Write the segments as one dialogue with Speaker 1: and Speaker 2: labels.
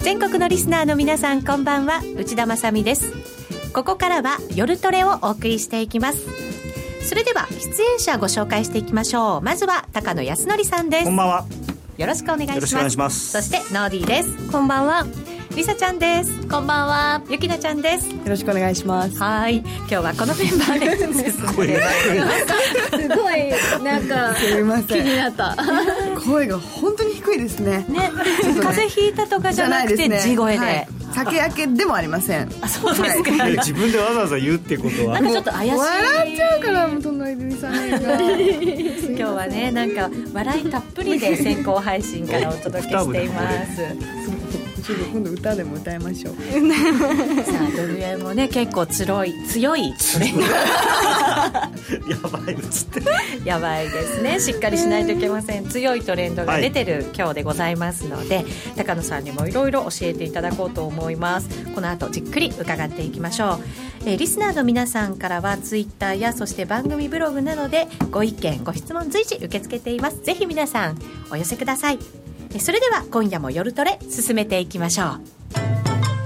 Speaker 1: 全国のリスナーの皆さんこんばんは内田まさみですここからは夜トレをお送りしていきますそれでは出演者ご紹介していきましょうまずは高野康則さんです
Speaker 2: こんばんは。
Speaker 1: よろしくお願いします
Speaker 2: よろしくお願いします
Speaker 1: そしてノーディーですこんばんはりさちゃんですこんばんはゆきなちゃんです
Speaker 3: よろしくお願いします。
Speaker 1: はい今日はこのメンバーで進んで
Speaker 4: すごいなんか
Speaker 3: すみま
Speaker 4: 気
Speaker 3: せん。
Speaker 4: になった
Speaker 3: 声が本当に低いですね。
Speaker 1: ね、風邪ひいたとかじゃなくて地声で
Speaker 3: はい酒明けでもありません。
Speaker 1: あそうですか、
Speaker 3: は
Speaker 2: え 自分でわざわざ言うってこと
Speaker 1: な
Speaker 2: は
Speaker 1: んかちょっと怪しい
Speaker 3: 笑っちゃうからもう隣で見 さないが。
Speaker 1: 今日はねなんか笑いたっぷりで先行配信からお届けしています
Speaker 3: ちょっと今度歌でも歌いましょう。
Speaker 1: さあドル円もね結構強い強い
Speaker 2: やばい映ってる
Speaker 1: やばいですねしっかりしないといけません強いトレンドが出てる今日でございますので、高野さんにもいろいろ教えていただこうと思いますこの後じっくり伺っていきましょうえーリスナーの皆さんからはツイッターやそして番組ブログなどでご意見ご質問随時受け付けていますぜひ皆さんお寄せくださいえそれでは今夜も夜トレ進めていきましょう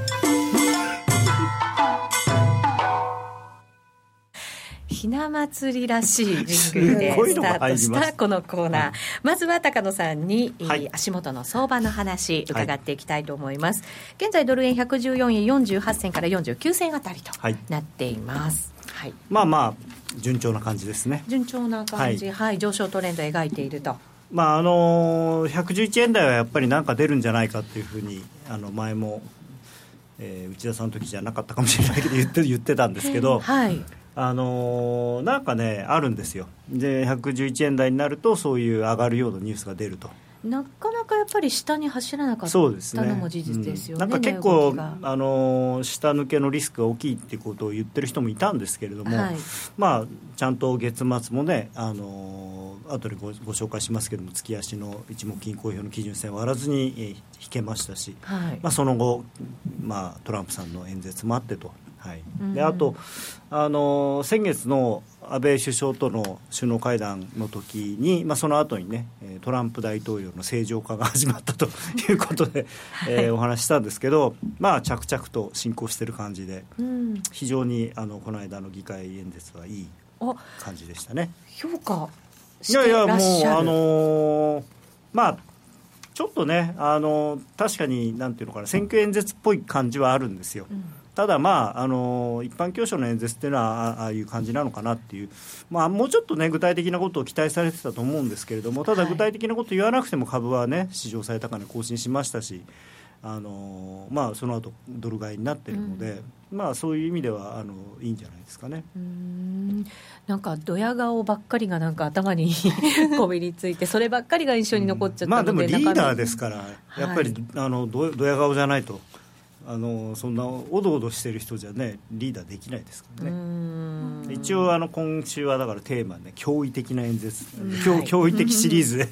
Speaker 1: ひな祭りらしい神宮でスタートしたこのコーナーまずは高野さんに、えー
Speaker 2: はい
Speaker 1: 足元の相場の話伺っていきたいと思います、現在ドル円114円48銭から49銭あたりと
Speaker 2: はい
Speaker 1: なっています、はい
Speaker 2: まあまあ順調な感じですね
Speaker 1: 順調な感じ、
Speaker 2: は
Speaker 1: はい上昇トレンド描いていると
Speaker 2: まああのー、111円台はやっぱりなんか出るんじゃないかっていうふうにあの前も、えー内田さんの時じゃなかったかもしれないけど言って言ってたんですけど、
Speaker 1: はい
Speaker 2: あのーなんかねあるんですよで111円台になるとそういう上がるようなニュースが出ると
Speaker 1: なかなかやっぱり下に走らなかった
Speaker 2: そうですね
Speaker 1: のも事実ですよね、
Speaker 2: うんなんか結
Speaker 1: 値動
Speaker 2: 構
Speaker 1: きが
Speaker 2: あのー下抜けのリスクが大きいってことを言ってる人もいたんですけれども、
Speaker 1: はい
Speaker 2: まあちゃんと月末もねあのー後でごご紹介しますけども月足の一目金公表の基準線を割らずにえー引けましたし、
Speaker 1: はい
Speaker 2: まあ、その後、まあ、トランプさんの演説もあってと、はい、で
Speaker 1: うん
Speaker 2: あとあの先月の安倍首相との首脳会談の時に、まあ、その後にねえートランプ大統領の正常化が始まっ たということで、えーお話ししたんですけど、まあ、着々と進行してる感じで
Speaker 1: うん、
Speaker 2: 非常にあのこの間の議会演説はいい
Speaker 1: お
Speaker 2: 感じでしたね。
Speaker 1: 評価し
Speaker 2: いや
Speaker 1: て
Speaker 2: い
Speaker 1: いら
Speaker 2: や
Speaker 1: っし
Speaker 2: も
Speaker 1: ゃ
Speaker 2: う
Speaker 1: る
Speaker 2: あのーまあちょっとねあのー確かになんていうのかな選挙演説っぽい感じはあるんですよ、
Speaker 1: ん
Speaker 2: ただまああのー一般教書の演説っていうのはあああいう感じなのかなっていうまあもうちょっとね具体的なことを期待されてたと思うんですけれどもただ
Speaker 1: はい
Speaker 2: 具体的なこと言わなくても株はね史上最高値更新しましたしあのーまあその後ドル買いになってるので、まあそういう意味ではあのいいんじゃないですかね。
Speaker 1: うーんなんかドヤ顔ばっかりがなんか頭に こびりついてそればっかりが印象に残っちゃったので、
Speaker 2: まあでもリーダー
Speaker 1: で
Speaker 2: ですから
Speaker 1: い
Speaker 2: やっぱり、あのどドヤ顔じゃないとあのそんなおどおどしてる人じゃねリーダーできないですからね、一応あの今週はだからテーマね驚異的な演説、
Speaker 1: は
Speaker 2: 驚
Speaker 1: い
Speaker 2: 驚異的シリーズで、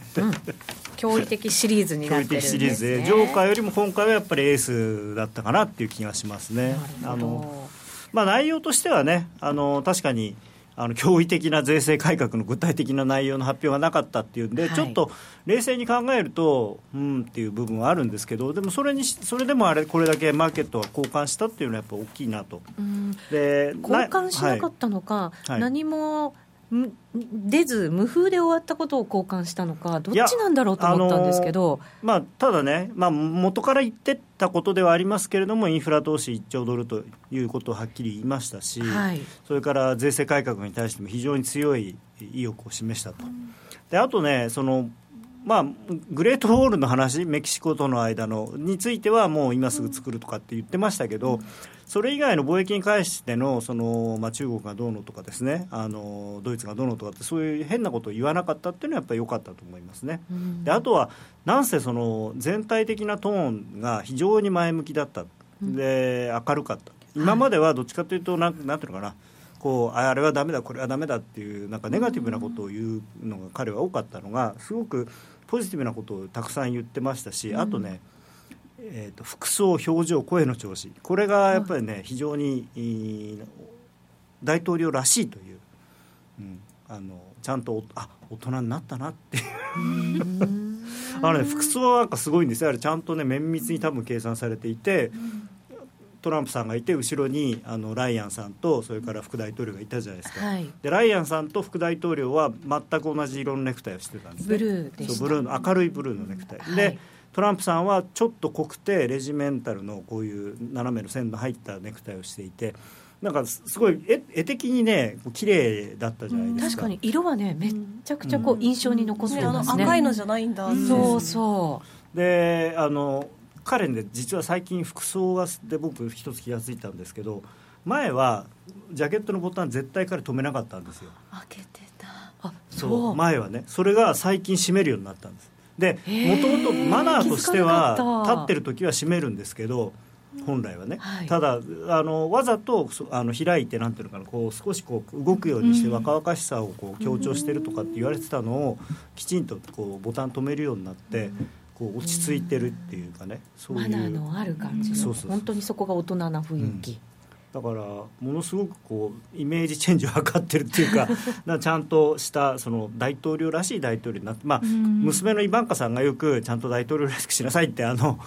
Speaker 1: 驚異的シリーズにな
Speaker 2: 驚
Speaker 1: っ
Speaker 2: 異
Speaker 1: てるんで
Speaker 2: 的
Speaker 1: す、
Speaker 2: シ
Speaker 1: ね、
Speaker 2: リーズで、ジョーカーよりも今回はやっぱりエースだったかなっていう気がしますね
Speaker 1: な
Speaker 2: あ
Speaker 1: るほ
Speaker 2: の
Speaker 1: ど
Speaker 2: まあ、内容としてはね、あの確かにあの驚異的な税制改革の具体的な内容の発表がなかったっていうんで、
Speaker 1: はい
Speaker 2: ちょっと冷静に考えると、うんっていう部分はあるんですけど、でもそれにしそれでもあれこれだけマーケットは交換したっていうのは、やっぱ大きいなと。
Speaker 1: うん
Speaker 2: で
Speaker 1: 交換しなかったのか、
Speaker 2: はい
Speaker 1: 何もむ出ず無風で終わったことを交換したのかどっ
Speaker 2: いや
Speaker 1: ちなんだろうと思ったんですけど、
Speaker 2: まあ、ただね、まあ、元から言ってたことではありますけれども、インフラ投資1兆ドルということをはっきり言いましたし、
Speaker 1: はい
Speaker 2: それから税制改革に対しても非常に強い意欲を示したと。であとねそのまあ、グレートウォールの話、メキシコとの間のについては、もう今すぐ作るとかって言ってましたけど、それ以外の貿易に関してのその、まあ、中国がどうのとかですねあの、ドイツがどうのとかって、そういう変なことを言わなかったっていうのは、やっぱり良かったと思いますね。
Speaker 1: うん
Speaker 2: であとはなんせその全体的なトーンが非常に前向きだったで明るかった今まではどっちかというとなんなんていうのかなこうああれはダメだこれはダメだっていうなんかネガティブなことを言うのが彼は多かったのがすごくポジティブなことをたくさん言ってましたしあとね、えー、と服装、表情、声の調子、これがやっぱりね、非常にいい大統領らしいという、うん、あのちゃんとおあ大人になったなっていう あの、ね、服装はなんかすごいんですよ、あれちゃんとね、綿密に多分計算されていて、トランプさんがいて、後ろにあのライアンさんと、それから副大統領がいたじゃないですか、
Speaker 1: はい
Speaker 2: でライアンさんと副大統領は全く同じ色のネクタイをしてたんですね
Speaker 1: ブルーで
Speaker 2: そう
Speaker 1: し
Speaker 2: ブルーの明るいブルーのネクタイ、
Speaker 1: はい
Speaker 2: でトランプさんはちょっと濃くてレジメンタルのこういう斜めの線の入ったネクタイをしていてなんかすすごい絵絵的にねこう綺麗だったじゃな
Speaker 1: た
Speaker 2: いで
Speaker 1: 確
Speaker 2: すか
Speaker 1: かに色はねめっちゃくちゃこう印象に残って
Speaker 5: ねあの
Speaker 1: ますね
Speaker 5: 赤いのじゃないんだって
Speaker 1: そうそう
Speaker 2: であの彼ね実は最近服装がで僕一つ気が付いたんですけど前はジャケットのボタン絶対彼止めなかったんですよ
Speaker 5: 開けてた
Speaker 1: あ
Speaker 2: そ
Speaker 1: そうう
Speaker 2: 前はねそれが最近閉めるようになったんですで
Speaker 1: へ
Speaker 2: も
Speaker 1: ー
Speaker 2: ともとマナーとしては
Speaker 1: 気づかなかった
Speaker 2: 立ってる時は閉めるんですけど本来はね、
Speaker 1: はい
Speaker 2: ただあのわざとそあの開いてなんていうのかなこう少しこう動くようにして若々しさをこう強調してるとかって言われてたのをきちんとこうボタン止めるようになってこう落ち着いてるっていうかねそう
Speaker 1: マ
Speaker 2: い
Speaker 1: ナー
Speaker 2: う
Speaker 1: のある感じ
Speaker 2: そ
Speaker 1: の
Speaker 2: うそうそう
Speaker 1: 本当にそこが大人な雰囲気、
Speaker 2: だからものすごくこうイメージチェンジを図ってるっていうかなちゃんとしたその大統領らしい大統領になって、まあ、娘のイバンカさんがよくちゃんと大統領らしくしなさいってあの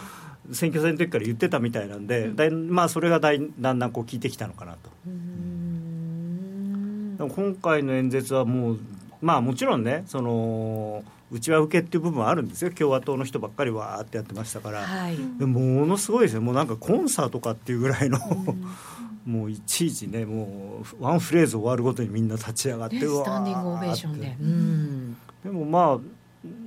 Speaker 2: 選挙戦の時から言ってたみたいなんで、だいまあ、それがだいだんだんこう聞いてきたのかなと。でも今回の演説はもうまあもちろんねそのうちは受けっていう部分はあるんですよ共和党の人ばっかりわーってやってましたから、
Speaker 1: はい
Speaker 2: でもものすごいですねもうなんかコンサートかっていうぐらいの、もういちいちねもうワンフレーズ終わるごとにみんな立ち上がって、
Speaker 1: ね、
Speaker 2: うわ
Speaker 1: スタンディングオベーション
Speaker 2: ーっ
Speaker 1: で
Speaker 2: て
Speaker 1: うん
Speaker 2: でもまあ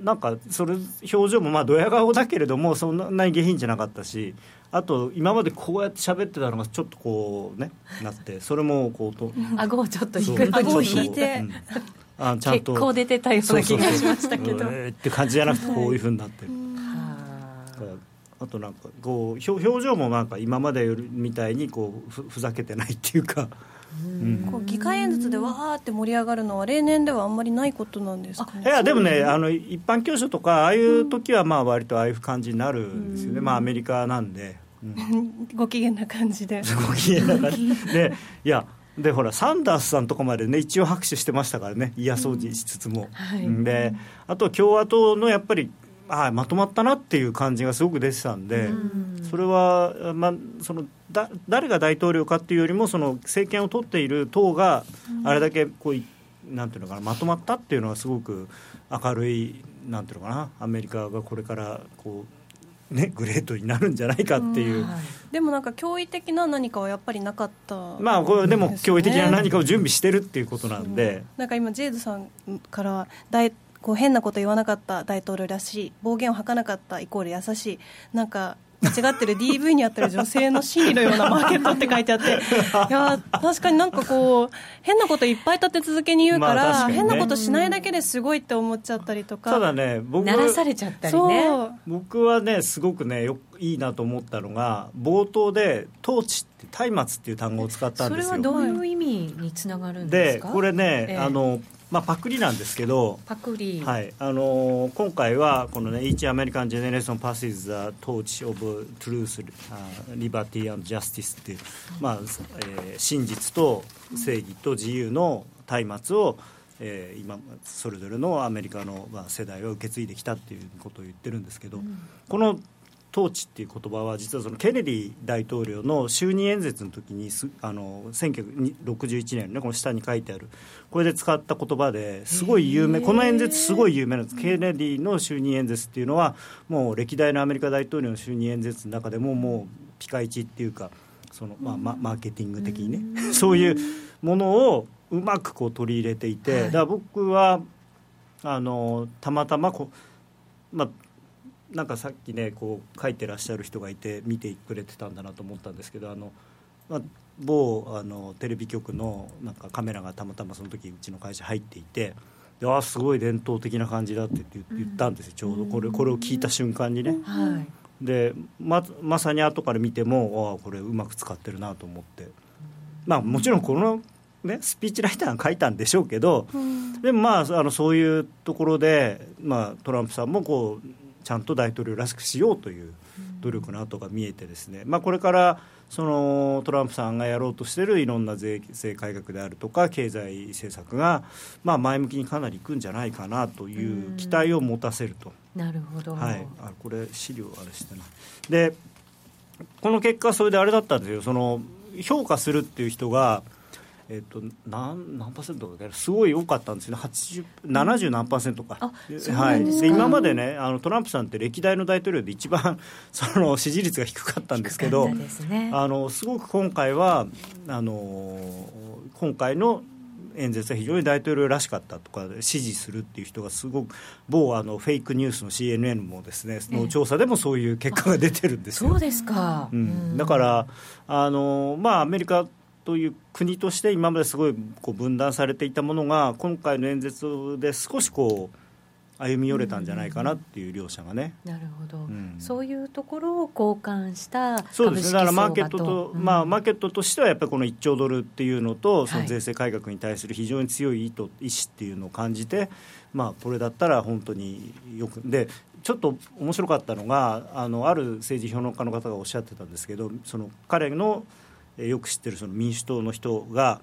Speaker 2: なんかそれ表情もまあドヤ顔だけれどもそんなに下品じゃなかったしあと今までこうやって喋ってたのがちょっとこうねなってそれもこうと
Speaker 1: 顎をちょっと
Speaker 2: そ
Speaker 1: 引
Speaker 2: う
Speaker 1: く
Speaker 5: 顎を
Speaker 2: ちょっと
Speaker 5: 引いて
Speaker 2: うんあちゃん
Speaker 1: 結
Speaker 2: と
Speaker 1: 構出てたような気がしましたけど
Speaker 2: そうそうそううーって感じじゃなくてこういうふうになってる。
Speaker 1: はあ
Speaker 2: あとなんかこう表表情もなんか今までよりみたいにこうふふざけてないっていうか、うん
Speaker 5: こう議会演説でわーって盛り上がるのは例年ではあんまりないことなんですか
Speaker 2: いやでもねあの一般教書とかああいう時はまあ割とああいう感じになるんですよね、まあアメリカなんで、うん、
Speaker 5: ご機嫌な感じです
Speaker 2: ごい機嫌な感じでいやでほらサンダースさんとかまでね一応拍手してましたからね嫌そうにしつつも、
Speaker 1: はい
Speaker 2: であと共和党のやっぱりああまとまったなっていう感じがすごく出てたんで、それは、まあ、そのだ誰が大統領かっていうよりもその政権を取っている党があれだけこういなんていうのかなまとまったっていうのはすごく明るいなんていうのかなアメリカがこれからこう、ね、グレートになるんじゃないかっていう。
Speaker 1: はい
Speaker 5: でもなんか驚異的な何かはやっぱりなかった
Speaker 2: まあ、これでも
Speaker 5: ですね
Speaker 2: 驚異的な何かを準備してるっていうことなんで、
Speaker 5: なんか今ジェイズさんから大こう変なこと言わなかった大統領らしい暴言を吐かなかったイコール優しいなんか間違ってる DV にあったる女性の心理のよ うなマーケットって書いてあっていやー確かになんかこう変なこといっぱい立て続けに言うから,、
Speaker 2: まあ確かにね
Speaker 5: 変なことしないだけですごいって思っちゃったりとか
Speaker 2: ただね僕
Speaker 1: 鳴らされちゃったり
Speaker 5: そ
Speaker 1: ね
Speaker 5: う
Speaker 2: 僕はねすごくねよいいなと思ったのが冒頭で「統治」って「松明」っていう単語を使ったん
Speaker 1: そ
Speaker 2: で
Speaker 1: れ
Speaker 2: す
Speaker 1: は
Speaker 2: よ
Speaker 1: どういう意味につながるんです
Speaker 2: で
Speaker 1: か
Speaker 2: これね、
Speaker 1: ええ
Speaker 2: あのまあ、パクリなんですけど、
Speaker 1: パクリ、
Speaker 2: はいあのー今回はこのね「Each American Generation Passes the Torch of Truth, あ Liberty and Justice」っていう、まあえー真実と正義と自由の松明を、えー今それぞれのアメリカの、まあ、世代は受け継いできたっていうことを言ってるんですけど、この「統治」っていう言葉は実はそのケネディ大統領の就任演説の時にすあの1961年のねこの下に書いてあるこれで使った言葉ですごい有名この演説すごい有名なんですケネディの就任演説っていうのはもう歴代のアメリカ大統領の就任演説の中でももうピカイチっていうかその、まあ、ママーケティング的にねそういうものをうまくこう取り入れていて、
Speaker 1: はい
Speaker 2: だから僕はあのたまたまこう、まあ、なんかさっきねこう書いてらっしゃる人がいて見てくれてたんだなと思ったんですけどあの、まあ、某あのテレビ局のなんかカメラがたまたまその時うちの会社入っていて。であーすごい伝統的な感じだって言って言ったんですよ、ちょうどこれこれを聞いた瞬間にね、
Speaker 1: はい
Speaker 2: でままさに後から見てもああこれうまく使ってるなと思ってまあもちろんこの、ね、スピーチライターが書いたんでしょうけど、でもまああのそういうところで、まあ、トランプさんもこうちゃんと大統領らしくしようという努力の跡が見えてですね、まあ、これからそのトランプさんがやろうとしているいろんな税制改革であるとか経済政策がまあ前向きにかなりいくんじゃないかなという期待を持たせると。
Speaker 1: なるほど、
Speaker 2: はい、あこれ資料あれしてないでこの結果それであれだったんですよその評価するっていう人がえっと、何何パーセントだっけなすごい多かったんですよね80 70何パーセントか、
Speaker 1: あそうな
Speaker 2: は
Speaker 1: ん
Speaker 2: い、
Speaker 1: ですか
Speaker 2: で今までねあのトランプさんって歴代の大統領で一番その支持率が低かったんですけど
Speaker 1: 低かったですね
Speaker 2: あのすごく今回はあの今回の演説は非常に大統領らしかったとか支持するっていう人がすごく某あのフェイクニュースの CNN もですねその調査でもそういう結果が出てるんですよ
Speaker 1: そうですか、
Speaker 2: うん、だからあの、まあ、アメリカという国として今まですごいこう分断されていたものが今回の演説で少しこう歩み寄れたんじゃないかなっていう両者がね。
Speaker 1: なるほど、
Speaker 2: ん
Speaker 1: そういうところを交換した株式
Speaker 2: そうですね、だからマーケット
Speaker 1: 相場
Speaker 2: と、
Speaker 1: うん
Speaker 2: まあ、マーケットとしてはやっぱりこの1兆ドルっていうのと、そ
Speaker 1: は
Speaker 2: の
Speaker 1: い
Speaker 2: 税制改革に対する非常に強い意図意思っていうのを感じて、まあ、これだったら本当によく、でちょっと面白かったのが、あのある政治評論家の方がおっしゃってたんですけど、その彼のえーよく知ってるその民主党の人が、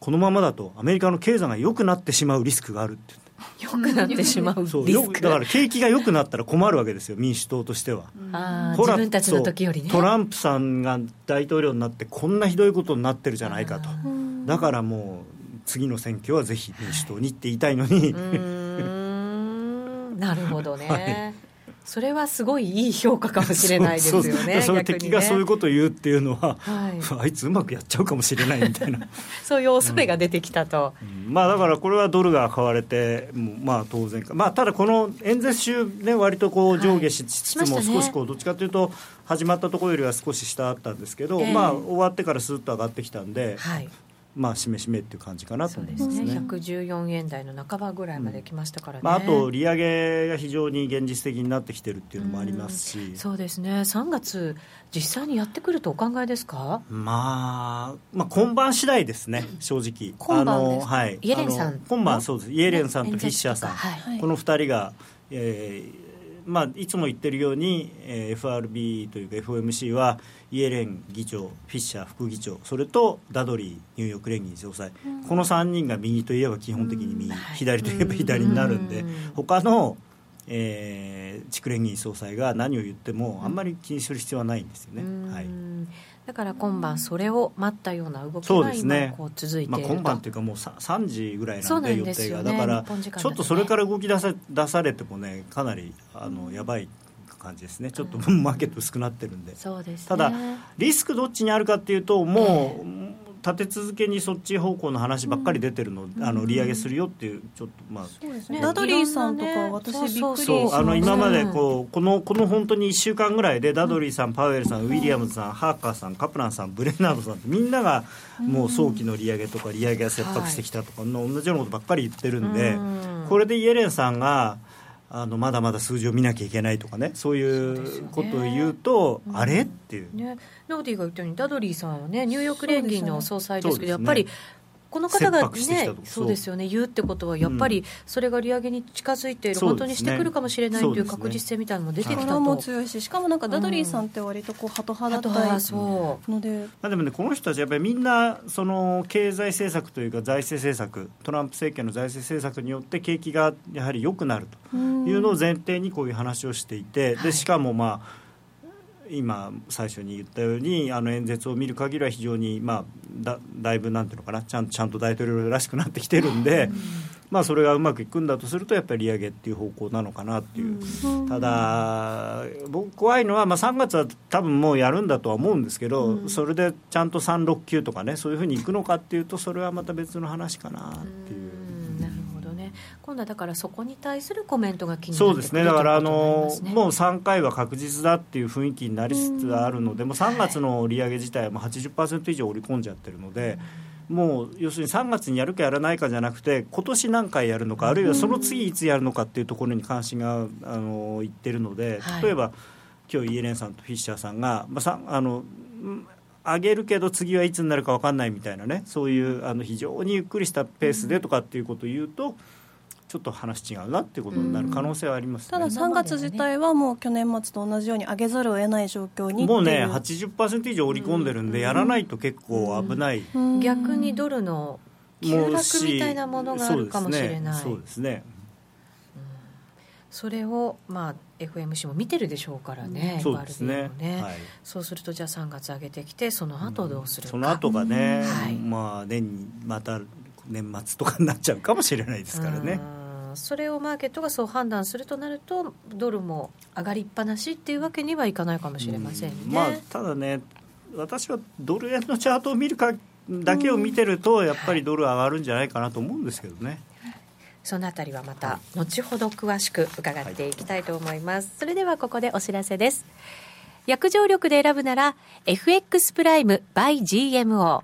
Speaker 2: このままだとアメリカの経済が良くなってしまうリスクがあるって言って。
Speaker 1: 良くなってしまう
Speaker 2: そう
Speaker 1: リ
Speaker 2: よ
Speaker 1: ス
Speaker 2: く
Speaker 1: ク
Speaker 2: だから景気が良くなったら困るわけですよ、民主党としては。
Speaker 1: あー
Speaker 2: ほら
Speaker 1: 自分たちの時よりね
Speaker 2: そうトランプさんが大統領になってこんなひどいことになってるじゃないかと
Speaker 1: あ
Speaker 2: だからもう次の選挙はぜひ民主党にって言いたいのに、
Speaker 1: うーんなるほどね、それはすごいいい評価かもしれないですよね
Speaker 2: そうそうそう
Speaker 1: 逆にね
Speaker 2: 敵がそういうことを言うっていうのは、
Speaker 1: はい
Speaker 2: あいつうまくやっちゃうかもしれないみたいな、
Speaker 1: そういう恐れが出てきたと、
Speaker 2: うんまあだからこれはドルが買われてもうまあ当然かまあただこの演説中ね割とこう上下しつつ
Speaker 1: はいし
Speaker 2: も
Speaker 1: ましたね
Speaker 2: 少しこうどっちかというと始まったところよりは少し下だったんですけど、
Speaker 1: ええ
Speaker 2: まあ終わってからスーッと上がってきたんで、
Speaker 1: はい
Speaker 2: まあ、しめしめっていう感じかなと
Speaker 1: そう
Speaker 2: 思い
Speaker 1: で
Speaker 2: ますすね。
Speaker 1: ね114円台の半ばぐらいまで来ましたからね、
Speaker 2: まあ、あと利上げが非常に現実的になってきてるっていうのもありますし、
Speaker 1: そうですね3月実際にやってくるとお考えですか
Speaker 2: まあ、まあ今晩次第ですね正直
Speaker 5: 今晩ですか
Speaker 2: はい、
Speaker 1: イエレンさん
Speaker 2: あの今晩そうですイエレンさんとフィッシャーさん、
Speaker 1: 演説とかはい
Speaker 5: はい
Speaker 2: この2人が、えーまあ、いつも言ってるように、えー FRB というか FOMC はイエレン議長フィッシャー副議長それとダドリーニューヨーク連銀総裁、この3人が右といえば基本的に右、左といえば左になるんで、
Speaker 1: うん
Speaker 2: 他の、えー、地区連銀総裁が何を言ってもあんまり気にする必要はないんですよね。
Speaker 1: うん
Speaker 2: はい
Speaker 1: だから今晩それを待ったような動き
Speaker 2: そう
Speaker 1: が
Speaker 2: ですね
Speaker 1: 今こう続いて
Speaker 2: ま
Speaker 1: いる
Speaker 2: あ、
Speaker 1: と、
Speaker 2: 今晩というかもうさ3時ぐらい
Speaker 1: そ
Speaker 2: な
Speaker 1: うんな
Speaker 2: で
Speaker 1: ん
Speaker 2: 予
Speaker 1: です
Speaker 2: 定
Speaker 1: よ
Speaker 2: が、
Speaker 1: ね
Speaker 2: だから
Speaker 1: 日本時間だとね
Speaker 2: ちょっとそれから動き出さ出されてもねかなりあの、やばい感じですねちょっと マーケット薄くなってるんで、
Speaker 1: そうですね
Speaker 2: ただリスクどっちにあるかっていうともう、立て続けにそっち方向の話ばっかり出てるの,、あの利上げするよっていうちょっとまあ
Speaker 1: ね
Speaker 5: ダドリーさんと
Speaker 1: い
Speaker 5: か
Speaker 1: ろなね
Speaker 5: 私
Speaker 1: そう
Speaker 5: びっくり
Speaker 1: そう
Speaker 2: そうあの今まで
Speaker 1: う
Speaker 2: こうこのこの本当に1週間ぐらいでダドリーさん、パウエルさんウィリアムズさんハーカーさんカプランさんブレナードさんってみんながもう早期の利上げとか利上げが切迫してきたとかの同じようなことばっかり言ってるんで
Speaker 1: うん
Speaker 2: これでイエレンさんがあのまだまだ数字を見なきゃいけないとかねそう
Speaker 1: そうです
Speaker 2: い
Speaker 1: よ
Speaker 2: う
Speaker 1: ね
Speaker 2: ことを言うとあれっていう。
Speaker 1: ね、ノーディが言ったようにダドリーさんはねニューヨーク連銀の総裁ですけどや
Speaker 2: そう
Speaker 1: っ
Speaker 2: ですね
Speaker 1: ぱりこの方が
Speaker 2: 切迫してき
Speaker 1: ね
Speaker 2: たと
Speaker 1: そうですよね言うってことはやっぱりそれが利上げに近づいている、
Speaker 2: そうですね
Speaker 1: 本当にしてくるかもしれないという
Speaker 2: そうですね
Speaker 1: 確実性みたいなのも出てきた
Speaker 5: 力
Speaker 1: と。
Speaker 5: も強いししかもなんかダドリーさんって割とこうハト
Speaker 1: あ
Speaker 5: 派
Speaker 1: と
Speaker 5: だった
Speaker 1: は
Speaker 5: り
Speaker 1: そう
Speaker 5: ので
Speaker 2: まあ、でもね、この人たち、やっぱりみんなその経済政策というか財政政策トランプ政権の財政政策によって景気がやはり良くなるというのを前提にこういう話をしていて、でしかも、まあ、今、最初に言ったようにあの演説を見る限りは非常に、まあ、だだいぶなんていうのかなちゃんちゃんと大統領らしくなってきてるんで。まあ、それがうまくいくんだとするとやっぱり利上げっていう方向なのかなっていう、ただ僕怖いのは、まあ、3月は多分もうやるんだとは思うんですけど、それでちゃんと369とかねそういうふうにいくのかっていうとそれはまた別の話かなっていう。
Speaker 1: うんなるほどね今度はだからそこに対するコメントが気になってく
Speaker 2: そ
Speaker 1: る
Speaker 2: うですねだからあのもう
Speaker 1: う
Speaker 2: 3回は確実だっていう雰囲気になりつつあるので、もう3月の利上げ自体はもう80%以上織り込んじゃってるので、もう要するに3月にやるかやらないかじゃなくて、今年何回やるのか、あるいはその次いつやるのかっていうところに関心があのいってるので
Speaker 1: はい、
Speaker 2: 例えば、今日イエレンさんとフィッシャーさんが、まあ、さあのうん上げるけど次はいつになるか分かんないみたいなねそういうあの非常にゆっくりしたペースでとかっていうことを言うとちょっと話違うなっていうことになる可能性はありますね。
Speaker 5: ただ3月自体はもう去年末と同じように上げざるを得ない状況にってい
Speaker 2: もうね、80%以上織り込んでるんで、やらないと結構危ない、
Speaker 5: うん
Speaker 1: 逆にドルの急
Speaker 2: もう
Speaker 1: 落みたいなものがあるかもしれない
Speaker 2: そうですね
Speaker 1: それを、まあ、FMC も見てるでしょうからね、
Speaker 2: そうですね
Speaker 1: FRB もね、
Speaker 2: はい、
Speaker 1: そうするとじゃあ3月上げてきてその後どうするか、
Speaker 2: その後がね、
Speaker 1: はい
Speaker 2: まあ年にまた年末とかになっちゃうかもしれないですからね、
Speaker 1: うんそれをマーケットがそう判断するとなるとドルも上がりっぱなしっていうわけにはいかないかもしれませんね、
Speaker 2: まあ、ただね、私はドル円のチャートを見るかだけを見てると、やっぱりドル上がるんじゃないかなと思うんですけどね。
Speaker 1: そのあたりはまた後ほど詳しく伺っていきたいと思います、それではここでお知らせです約定力で選ぶなら FX プライム by GMO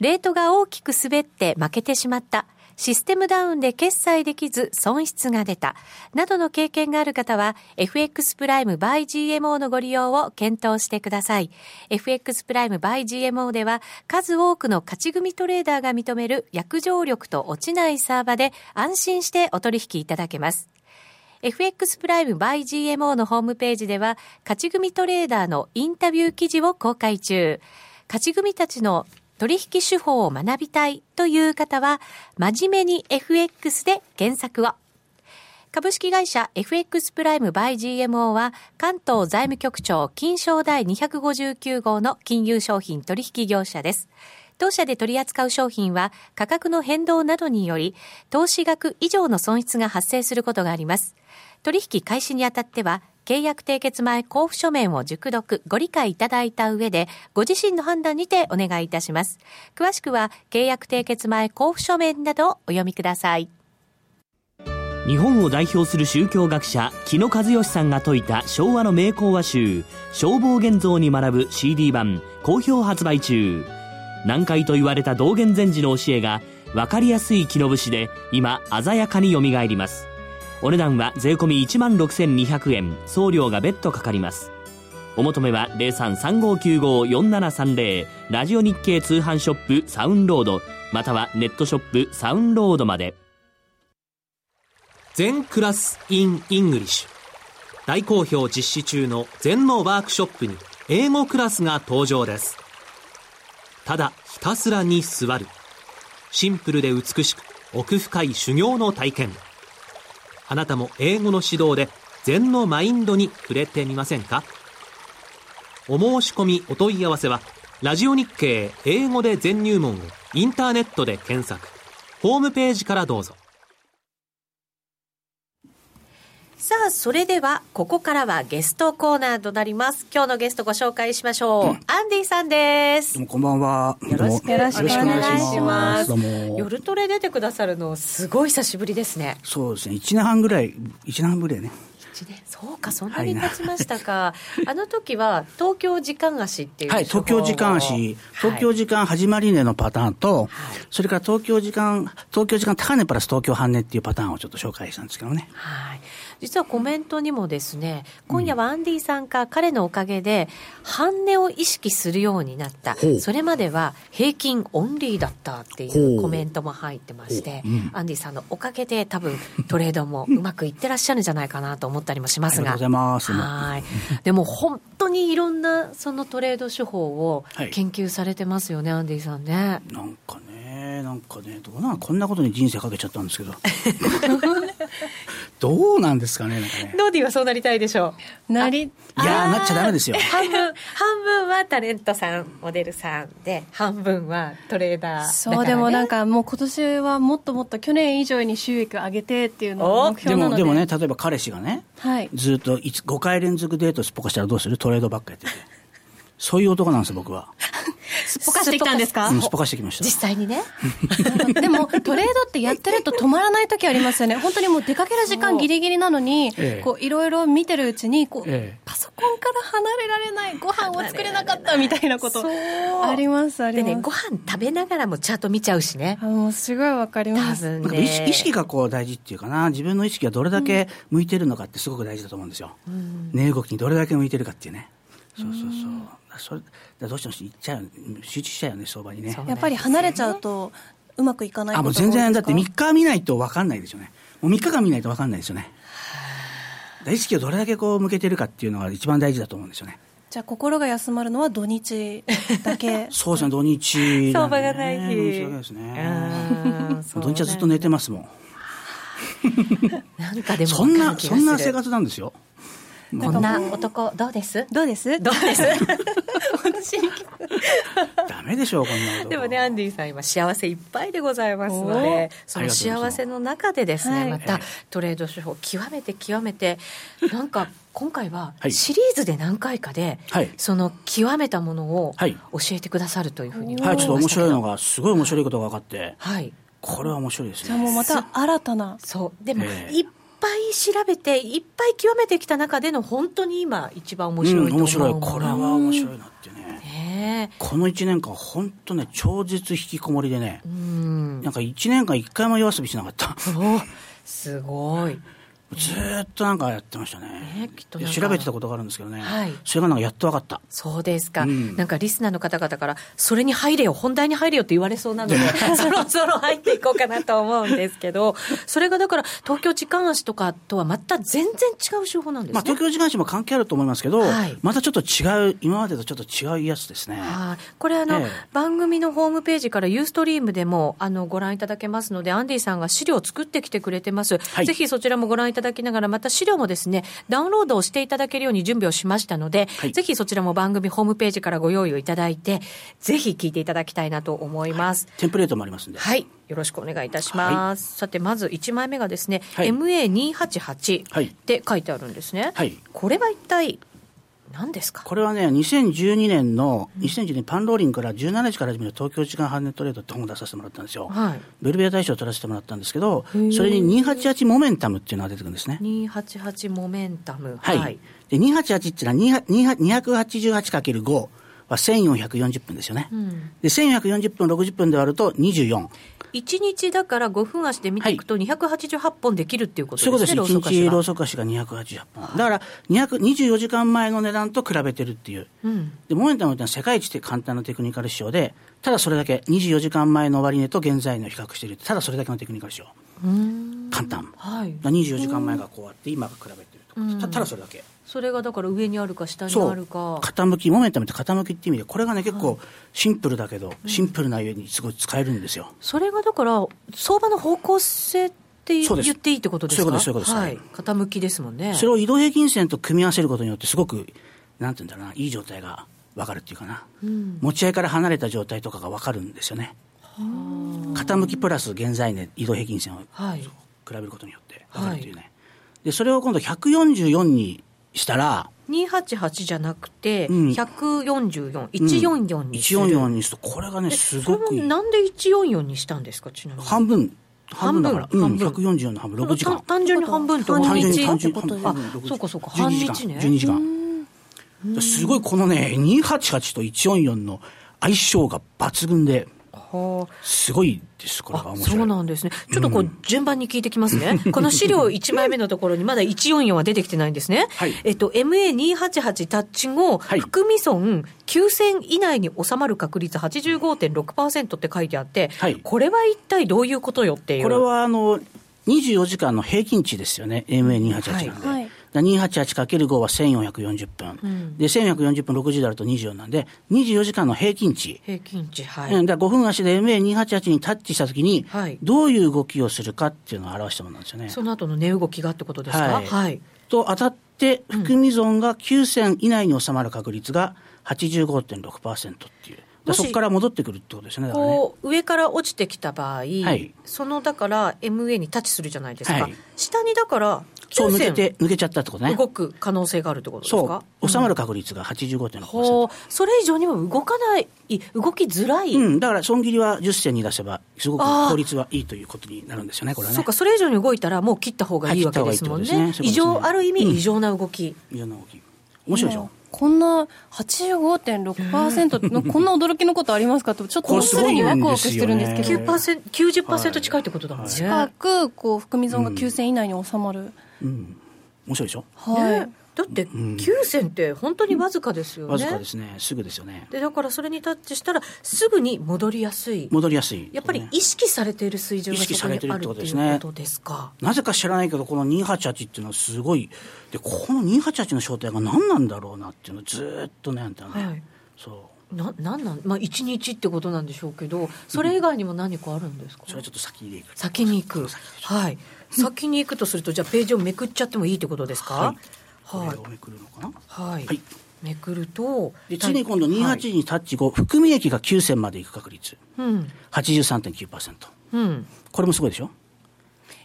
Speaker 1: レートが大きく滑って負けてしまったシステムダウンで決済できず損失が出たなどの経験がある方は FX プライム by GMO のご利用を検討してください FX プライム by GMO では数多くの勝ち組トレーダーが認める約定力と落ちないサーバで安心してお取引いただけます FX プライム by GMO のホームページでは、勝ち組トレーダーのインタビュー記事を公開中。勝ち組たちの取引手法を学びたいという方は、真面目に FX で検索を。株式会社 FX プライム by GMO は関東財務局長金賞第259号の金融商品取引業者です。当社で取り扱う商品は価格の変動などにより投資額以上の損失が発生することがあります。取引開始にあたっては契約締結前交付書面を熟読、ご理解いただいた上で、ご自身の判断にてお願いいたします。詳しくは、契約締結前交付書面などをお読みください。
Speaker 6: 日本を代表する宗教学者木野和義さんが説いた昭和の名講話集「消防現像」に学ぶ CD 版好評発売中難解と言われた道元禅師の教えが分かりやすい木の節で今鮮やかによみがえりますお値段は税込1万6200円送料が別途かかりますお求めは0335954730ラジオ日経通販ショップサウンロードまたはネットショップサウンロードまで
Speaker 7: 全クラス in English 大好評実施中の全のワークショップに英語クラスが登場ですただひたすらに座るシンプルで美しく奥深い修行の体験あなたも英語の指導で禅のマインドに触れてみませんかお申し込みお問い合わせはラジオ日経英語で全入門をインターネットで検索ホームページからどうぞ
Speaker 1: さあ、それでは、ここからはゲストコーナーとなります。今日のゲストご紹介しましょう。アンディさんです
Speaker 8: どう。もこんばんは。
Speaker 1: よろしく
Speaker 8: どうも
Speaker 1: よろしくお願いします
Speaker 8: どうも。
Speaker 1: 夜トレ出てくださるの、すごい久しぶりですね。
Speaker 8: そうですね。一年半ぐらい、一年半ぶりだね。
Speaker 1: 一年そうか、そんなに経ちましたか。あの時は、東京時間足っていう手法を。
Speaker 8: はい、東京時間足、東京
Speaker 1: はい
Speaker 8: 時間始まり値のパターンと、それから東京時間、東京時間高値プラス東京半値っていうパターンをちょっと紹介したんですけどね。
Speaker 1: はい、実はコメントにもですね今夜はアンディさんか彼のおかげで半値を意識するようになった
Speaker 8: ほう
Speaker 1: それまでは平均オンリーだったっていうコメントも入ってまして、アンディさんのおかげで多分トレードもうまくいってらっしゃるんじゃないかなと思ったりもしますが
Speaker 8: ありがとうございます
Speaker 1: はいでも本当にいろんなそのトレード手法を
Speaker 8: はい
Speaker 1: 研究されてますよね、アンディさんね。
Speaker 8: なんかね、なんかね、どうなん、こんなことに人生かけちゃったんですけ ど。どうなんですかね、なんかね。
Speaker 1: ノーディはそうなりたいでしょう
Speaker 5: なり
Speaker 8: いやー、なっちゃダメですよ。
Speaker 1: 半分半分はタレントさんモデルさんで半分はトレーダーだから、ね、
Speaker 5: そうでもなんかもう今年はもっともっと去年以上に収益を上げてっていうのが目
Speaker 8: で
Speaker 5: 標なの
Speaker 8: も、
Speaker 5: で
Speaker 8: でもね、例えば彼氏がね、
Speaker 5: はい
Speaker 8: ずっと5回連続デートすっぽかしたらどうするトレードばっかやってて。そういう男なんです、僕は。
Speaker 5: すっぽかしてきたんですか
Speaker 8: うん、すっぽかしてきました。
Speaker 1: 実際にね
Speaker 5: でもトレードってやってると止まらない時ありますよね 本当にもう出かける時間ギリギリなのに
Speaker 8: ええ
Speaker 5: こういろいろ見てるうちにこう、
Speaker 8: ええ
Speaker 5: パソコンから離れられないご飯を作れなかったみたいなことありますあり
Speaker 1: で
Speaker 5: ます
Speaker 1: ねご飯食べながらもチャート見ちゃうしね
Speaker 5: あもうすごいわかり
Speaker 1: 多
Speaker 5: ます
Speaker 1: 分
Speaker 8: なんか
Speaker 1: ね
Speaker 8: 意識意識がこう大事っていうかな、自分の意識がどれだけ向いてるのかってすごく大事だと思うんですよ。値、動きにどれだけ向いてるかっていうね。そうそうそう。だからそれだからどうしてもし行っちゃう、集中しちゃうよね、相場にね。
Speaker 1: そう
Speaker 5: やっぱり離れちゃうとうまくいかない
Speaker 8: あも
Speaker 5: こ
Speaker 8: う
Speaker 5: とが多い
Speaker 8: 全
Speaker 5: ですか
Speaker 8: 然だって3日見ないと分かんないですよねもう3日間見ないと分かんないですよねだから意識をどれだけこう向けてるかっていうのが一番大事だと思うんですよね
Speaker 5: じゃあ心が休まるのは土日 だけ
Speaker 8: そうですね土日だね
Speaker 1: 相場がない日
Speaker 8: 土日だけですね
Speaker 1: あーそう
Speaker 8: 土日はずっと寝てますもん
Speaker 1: なんかでも
Speaker 8: そん
Speaker 1: わ
Speaker 8: な
Speaker 1: かる気
Speaker 8: そ
Speaker 1: がす
Speaker 8: ん
Speaker 1: る
Speaker 8: な生活なんですよ
Speaker 1: こんな男どうです
Speaker 5: どうです
Speaker 1: どうです
Speaker 8: ダメでしょうこんなこと
Speaker 1: でもねアンディさん今幸せいっぱいでございますのでその幸せの中でですね
Speaker 5: あり
Speaker 1: ま
Speaker 5: が
Speaker 1: たトレード手法極めて極め てなんか今回は
Speaker 8: はい
Speaker 1: シリーズで何回かで、
Speaker 8: はい
Speaker 1: その極めたものを
Speaker 8: はい
Speaker 1: 教えてくださるというふうに
Speaker 8: はいちょっと面白いの
Speaker 1: が
Speaker 8: がすごい面白いことが分かって
Speaker 1: はい
Speaker 8: これは面白いです
Speaker 5: じゃあもう
Speaker 8: ね
Speaker 5: また新たな
Speaker 1: そうでも、
Speaker 8: ええ
Speaker 1: いっぱい調べていっぱい極めてきた中での本当に今一番面白
Speaker 8: う
Speaker 1: い
Speaker 8: ん
Speaker 1: と思う
Speaker 8: 面
Speaker 1: も
Speaker 8: 白い
Speaker 1: の
Speaker 8: これは面白いなってね
Speaker 1: ね
Speaker 8: この1年間本当ね超絶引きこもりでね
Speaker 1: えうん
Speaker 8: なんか1年間1回も夜遊びしなかった
Speaker 1: おすごい
Speaker 8: ずーっとなんかやってましたね
Speaker 1: ねきっとなんか
Speaker 8: 調べてたことがあるんですけどね、
Speaker 1: はい
Speaker 8: それがなんかやっと分かった
Speaker 1: そうですか、
Speaker 8: うん
Speaker 1: なんかリスナーの方々から、それに入れよ、本題に入れよって言われそうな ので、そろ そろ入っていこうかなと思うんですけど、それがだから、東京時間足とかとはまた全然違う手法なんです
Speaker 8: まあ、
Speaker 1: ね
Speaker 8: 東。京時間誌も関係あると思いますけど、
Speaker 1: はい
Speaker 8: またちょっと違う今までとちょっと違うやつですね
Speaker 1: はいこれあの、
Speaker 8: ええ
Speaker 1: 番組のホームページからユーストリームでもあのご覧いただけますのでアンディさんが資料を作ってきてくれてます、
Speaker 8: はい
Speaker 1: ぜひそちらもご覧いただきながらまた資料もですねダウンロードをしていただけるように準備をしましたので、
Speaker 8: はい
Speaker 1: ぜひそちらも番組ホームページからご用意をいただいてぜひ聞いていただきたいなと思います、
Speaker 8: テンプレートもありますんで、
Speaker 1: はい。よろしくお願いいたします。さて、まず1枚目がですね、
Speaker 8: はい
Speaker 1: MA288
Speaker 8: はい
Speaker 1: って書いてあるんですね。
Speaker 8: はい
Speaker 1: これは一体何ですか
Speaker 8: これはね2012年の2012年パンローリングから17時から始める東京時間ハンネトレードって本を出させてもらったんですよ、
Speaker 1: はい。
Speaker 8: ベルベア大賞を取らせてもらったんですけどそれに288モメンタムっていうのが出てくるんですね
Speaker 1: 288モメンタム。
Speaker 8: はい、で288っていうのは288かける5は1440分ですよね、
Speaker 1: ん
Speaker 8: で1440分60分で割ると24
Speaker 1: 1日だから5分足で見ていくと288本できるっていうこと
Speaker 8: そういうこと
Speaker 1: で
Speaker 8: ですす
Speaker 1: ね、
Speaker 8: ね1日ロ
Speaker 1: ロ
Speaker 8: ーソク足が288本だから200 24時間前の値段と比べてるっていう
Speaker 1: うん。
Speaker 8: でモメンタムってのは世界一って簡単なテクニカル指標でただそれだけ24時間前の終値と現在の比較してるただそれだけのテクニカル指標
Speaker 1: うん。
Speaker 8: 簡単だか
Speaker 1: はい。
Speaker 8: ら24時間前がこうあって今が比べてると
Speaker 1: うん
Speaker 8: たただそれだけ
Speaker 1: それがだから上にあるか下に
Speaker 8: そ
Speaker 1: あ
Speaker 8: う
Speaker 1: るか。
Speaker 8: 傾きモメンタムって傾きって意味でこれがね結構シンプルだけどシンプルなゆえにすごい使えるんですよ
Speaker 1: それがだから、相場の方向性って
Speaker 8: そうです
Speaker 1: 言っていいってことですか
Speaker 8: そういうことですそういうことで
Speaker 1: は
Speaker 8: す
Speaker 1: い。傾きですもんね。
Speaker 8: それを移動平均線と組み合わせることによってすごくなんて言うんだろうないい状態が分かるっていうかな
Speaker 1: うん
Speaker 8: 持ち合いから離れた状態とかが分かるんですよね傾きプラス現在値移動平均線を比
Speaker 1: はい。
Speaker 8: べることによって分かるというね、でそれを今度144にしたら
Speaker 1: 288じゃなくて、
Speaker 8: うん
Speaker 1: 144、144にする。
Speaker 8: 144にするとこれがねすごくい
Speaker 1: それはいなんで144にしたんですか、ちなみに。
Speaker 8: 半分半分だから、
Speaker 1: 半分
Speaker 8: う
Speaker 1: 半
Speaker 8: ん、
Speaker 1: 分
Speaker 8: 144の半分6時間
Speaker 1: 単単純に半分と思
Speaker 8: 単
Speaker 1: う
Speaker 8: 純
Speaker 1: 日
Speaker 8: に単純に
Speaker 1: ってこと
Speaker 8: 半分
Speaker 1: あ
Speaker 8: 6
Speaker 1: そうかそうか、半
Speaker 8: 12時間
Speaker 1: 日ね。
Speaker 8: 12時間すごいこのね288と144の相性が抜群で
Speaker 1: は
Speaker 8: すごいですこれが
Speaker 1: あ、あ
Speaker 8: 面白い
Speaker 1: そうなんですね。ちょっとこう、順番に聞いてきます ね。この資料1枚目のところにまだ144は出てきてないんですね。
Speaker 8: はい
Speaker 1: えっと、MA288 タッチ後、
Speaker 8: はい
Speaker 1: 含み損9000以内に収まる確率85.6%って書いてあって、
Speaker 8: はい
Speaker 1: これは一体どういうことよっていう。
Speaker 8: これはあの24時間の平均値ですよね、MA288 なんで、
Speaker 5: はいはい
Speaker 8: だから 288×5 は1440分、
Speaker 1: うん
Speaker 8: で1440分60であると24なんで、24時間の平均値、
Speaker 1: 平均値、はい。
Speaker 8: うんだから5分足で MA288 にタッチしたときに
Speaker 1: はい、
Speaker 8: どういう動きをするかっていうのを表したものなんですよね。
Speaker 1: その後の値動きがってことですか、は
Speaker 8: はいいと当たって、含み損が9000以内に収まる確率が85.6%っていう、だからそこから戻ってくるってことですよね、だからね。
Speaker 1: こう上から落ちてきた場合、
Speaker 8: い
Speaker 1: そのだから MA にタッチするじゃないですか、
Speaker 8: はい
Speaker 1: 下にだから
Speaker 8: そう抜け
Speaker 1: 9000
Speaker 8: て、抜けちゃったってことね。
Speaker 1: 動く可能性があるってことです
Speaker 8: そ
Speaker 1: か
Speaker 8: う、収ま
Speaker 1: る、
Speaker 8: る確率が
Speaker 1: うんほ
Speaker 8: 85.6%
Speaker 1: う。それ以上には動かない動きづらい、
Speaker 8: うん、だから損切りは10銭に出せば、すごく
Speaker 1: あー
Speaker 8: 効率はいいということになるんですよね、これはね。
Speaker 1: そうかそれ以上に動いたらもう切った方がいいわけですもんね,、
Speaker 8: はい切った方がい
Speaker 1: 異
Speaker 8: いってことですねそういうことですね
Speaker 1: 常ある意味異常な動き、
Speaker 8: いろんな動き。面白いでし
Speaker 5: も
Speaker 8: ょ
Speaker 5: う。こんな85.6%のこんな驚きのことありますかとちょっともうすでにワクワクしてるんですけ
Speaker 8: これすごいんですよ
Speaker 5: ど
Speaker 8: ね
Speaker 1: 9% 90%近いってことだもんね、
Speaker 5: 近くこう含み損が9000以内に収まる、
Speaker 8: うん。面白いでしょ。
Speaker 5: はい、
Speaker 1: ねだって9銭って本当にわずかですよね、
Speaker 8: わずかですねすぐですよね
Speaker 1: でだからそれにタッチしたらすぐに戻りやすい
Speaker 8: 戻りやすい、
Speaker 1: やっぱり意識されている水準が
Speaker 8: 意識
Speaker 1: そ
Speaker 8: さ
Speaker 1: こに
Speaker 8: れてる
Speaker 1: あ
Speaker 8: っ
Speaker 1: る
Speaker 8: て
Speaker 1: っ
Speaker 8: こ
Speaker 1: てい
Speaker 8: とです
Speaker 1: う
Speaker 8: ね
Speaker 1: ことですか
Speaker 8: なぜか知らないけどこの288っていうのはすごいでこの288の正体が何なんだろうなっていうのをずーっと悩んだの、
Speaker 1: はい
Speaker 8: そう
Speaker 1: ななんなん、まあ、1日ってことなんでしょうけどそれ以外にも何かあるんですか
Speaker 8: それはちょっと先でいく
Speaker 1: 先に行くはい先に行くとするとじゃあページをめくっちゃってもいいってことですか
Speaker 8: こ
Speaker 1: はい
Speaker 8: れをめくるのかな、
Speaker 1: はい、
Speaker 8: はい
Speaker 1: めくると
Speaker 8: で次に今度
Speaker 1: はい
Speaker 8: 28にタッチ後、含み益が9000までいく確率
Speaker 1: うん
Speaker 8: 83.9%
Speaker 1: うん
Speaker 8: これもすごいでしょ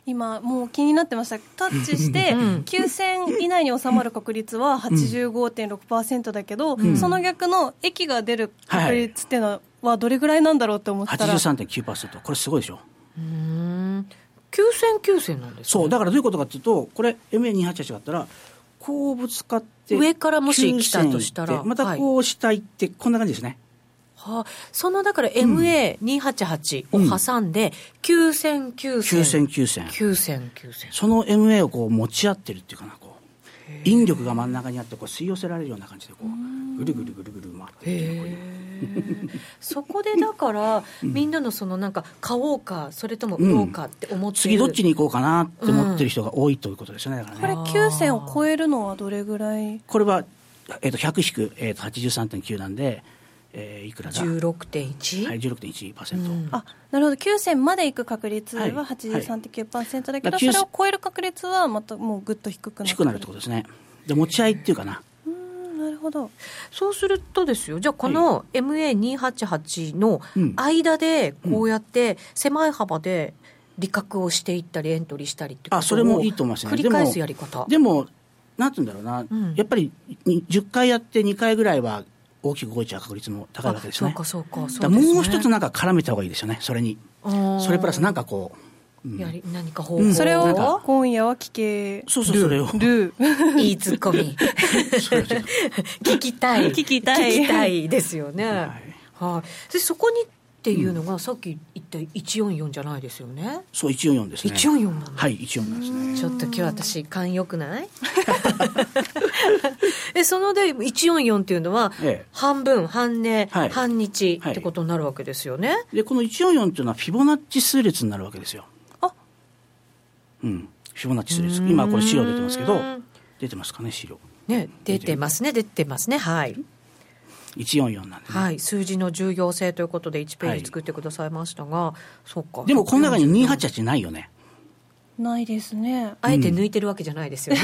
Speaker 5: 今もう気になってましたタッチして9000以内に収まる確率は85.6%だけど、その逆の駅が出る確率っていうのはどれぐらいなんだろうって思ったら、
Speaker 8: 83.9%これすごいでしょ
Speaker 1: うん9000なんですね
Speaker 8: そうだからどういうことかっていうとこれ MA288 があったらこうぶつかって
Speaker 1: 上からもし来たとしたら
Speaker 8: 9000行ってまたこう下行ってこんな感じですね、
Speaker 1: はあ、そのだから MA288 を挟んで9000、9000、
Speaker 8: 9000
Speaker 1: 9000、
Speaker 8: 9000
Speaker 1: 9000。
Speaker 8: その MA をこう持ち合ってるっていうかなこう引力が真ん中にあってこう吸い寄せられるような感じでこうぐるぐるぐるぐる回ってるっていうこういう
Speaker 1: そこでだから、みんなのそのなんか、買おうか、それとも売ろうかって思ってる、
Speaker 8: 次どっちに行こうかなって思ってる人が多いということですよねだから
Speaker 5: こ
Speaker 8: ね
Speaker 5: れ9000を超えるのはどれぐらい
Speaker 8: これは、えっと100引く、えっと83.9なんで、えーいくらだ、はい、
Speaker 1: 16.1、
Speaker 8: 16.1%、
Speaker 5: あなるほど9000までいく確率は
Speaker 8: はい
Speaker 5: 83.9%だけど、
Speaker 8: はい
Speaker 5: それを超える確率はまたもうぐっと低くなる
Speaker 8: 低くなるってことですねで持ち合いっていうかな
Speaker 5: うんなるほど
Speaker 1: そうするとですよ、じゃあこの MA288 の間で、こうやって狭い幅で利確をしていったり、エントリーしたりってことを
Speaker 8: あそれもいいと思いますね
Speaker 1: 繰り返すやり方。
Speaker 8: でもなんて言うんだろうな、
Speaker 1: うん
Speaker 8: やっぱりに10回やって2回ぐらいは大きく動いちゃう確率も高いわけですよね
Speaker 1: あそうかそうか
Speaker 8: だ
Speaker 1: そ
Speaker 8: ら
Speaker 1: うですね
Speaker 8: もう一つなんか絡めた方がいいですよねそれにそれプラスなんかこう、うん
Speaker 1: やり何か方
Speaker 8: う
Speaker 1: 法
Speaker 8: ん
Speaker 5: それ
Speaker 8: なんか
Speaker 5: を今夜は聞け
Speaker 8: そうそうそれを
Speaker 5: る
Speaker 1: いいツッコミ聞きたい
Speaker 5: 聞きたい
Speaker 1: 聞きたいですよね
Speaker 8: は
Speaker 1: はい
Speaker 8: い、
Speaker 1: でそこにっていうのが、さっき言った144じゃないですよね
Speaker 8: そう144ですね
Speaker 1: 144なんだ
Speaker 8: はい144なんですね
Speaker 1: ちょっと今日私勘良くない えそので144っていうのは、
Speaker 8: ええ
Speaker 1: 半分半値、
Speaker 8: はい
Speaker 1: 半日ってことになるわけですよね、
Speaker 8: でこの144っていうのはフィボナッチ数列になるわけですよ
Speaker 1: あ
Speaker 8: うんフィボナッチ数列今これ資料出てますけど
Speaker 1: うん
Speaker 8: 出てますかね資料
Speaker 1: ね出てますね出てますねはい
Speaker 8: 144なんでね、
Speaker 1: はい、数字の重要性ということで1ページ作ってくださいましたが、そうか
Speaker 8: でもこの中に288ないよね
Speaker 5: ないですね
Speaker 1: あえて抜いてるわけじゃないですよね、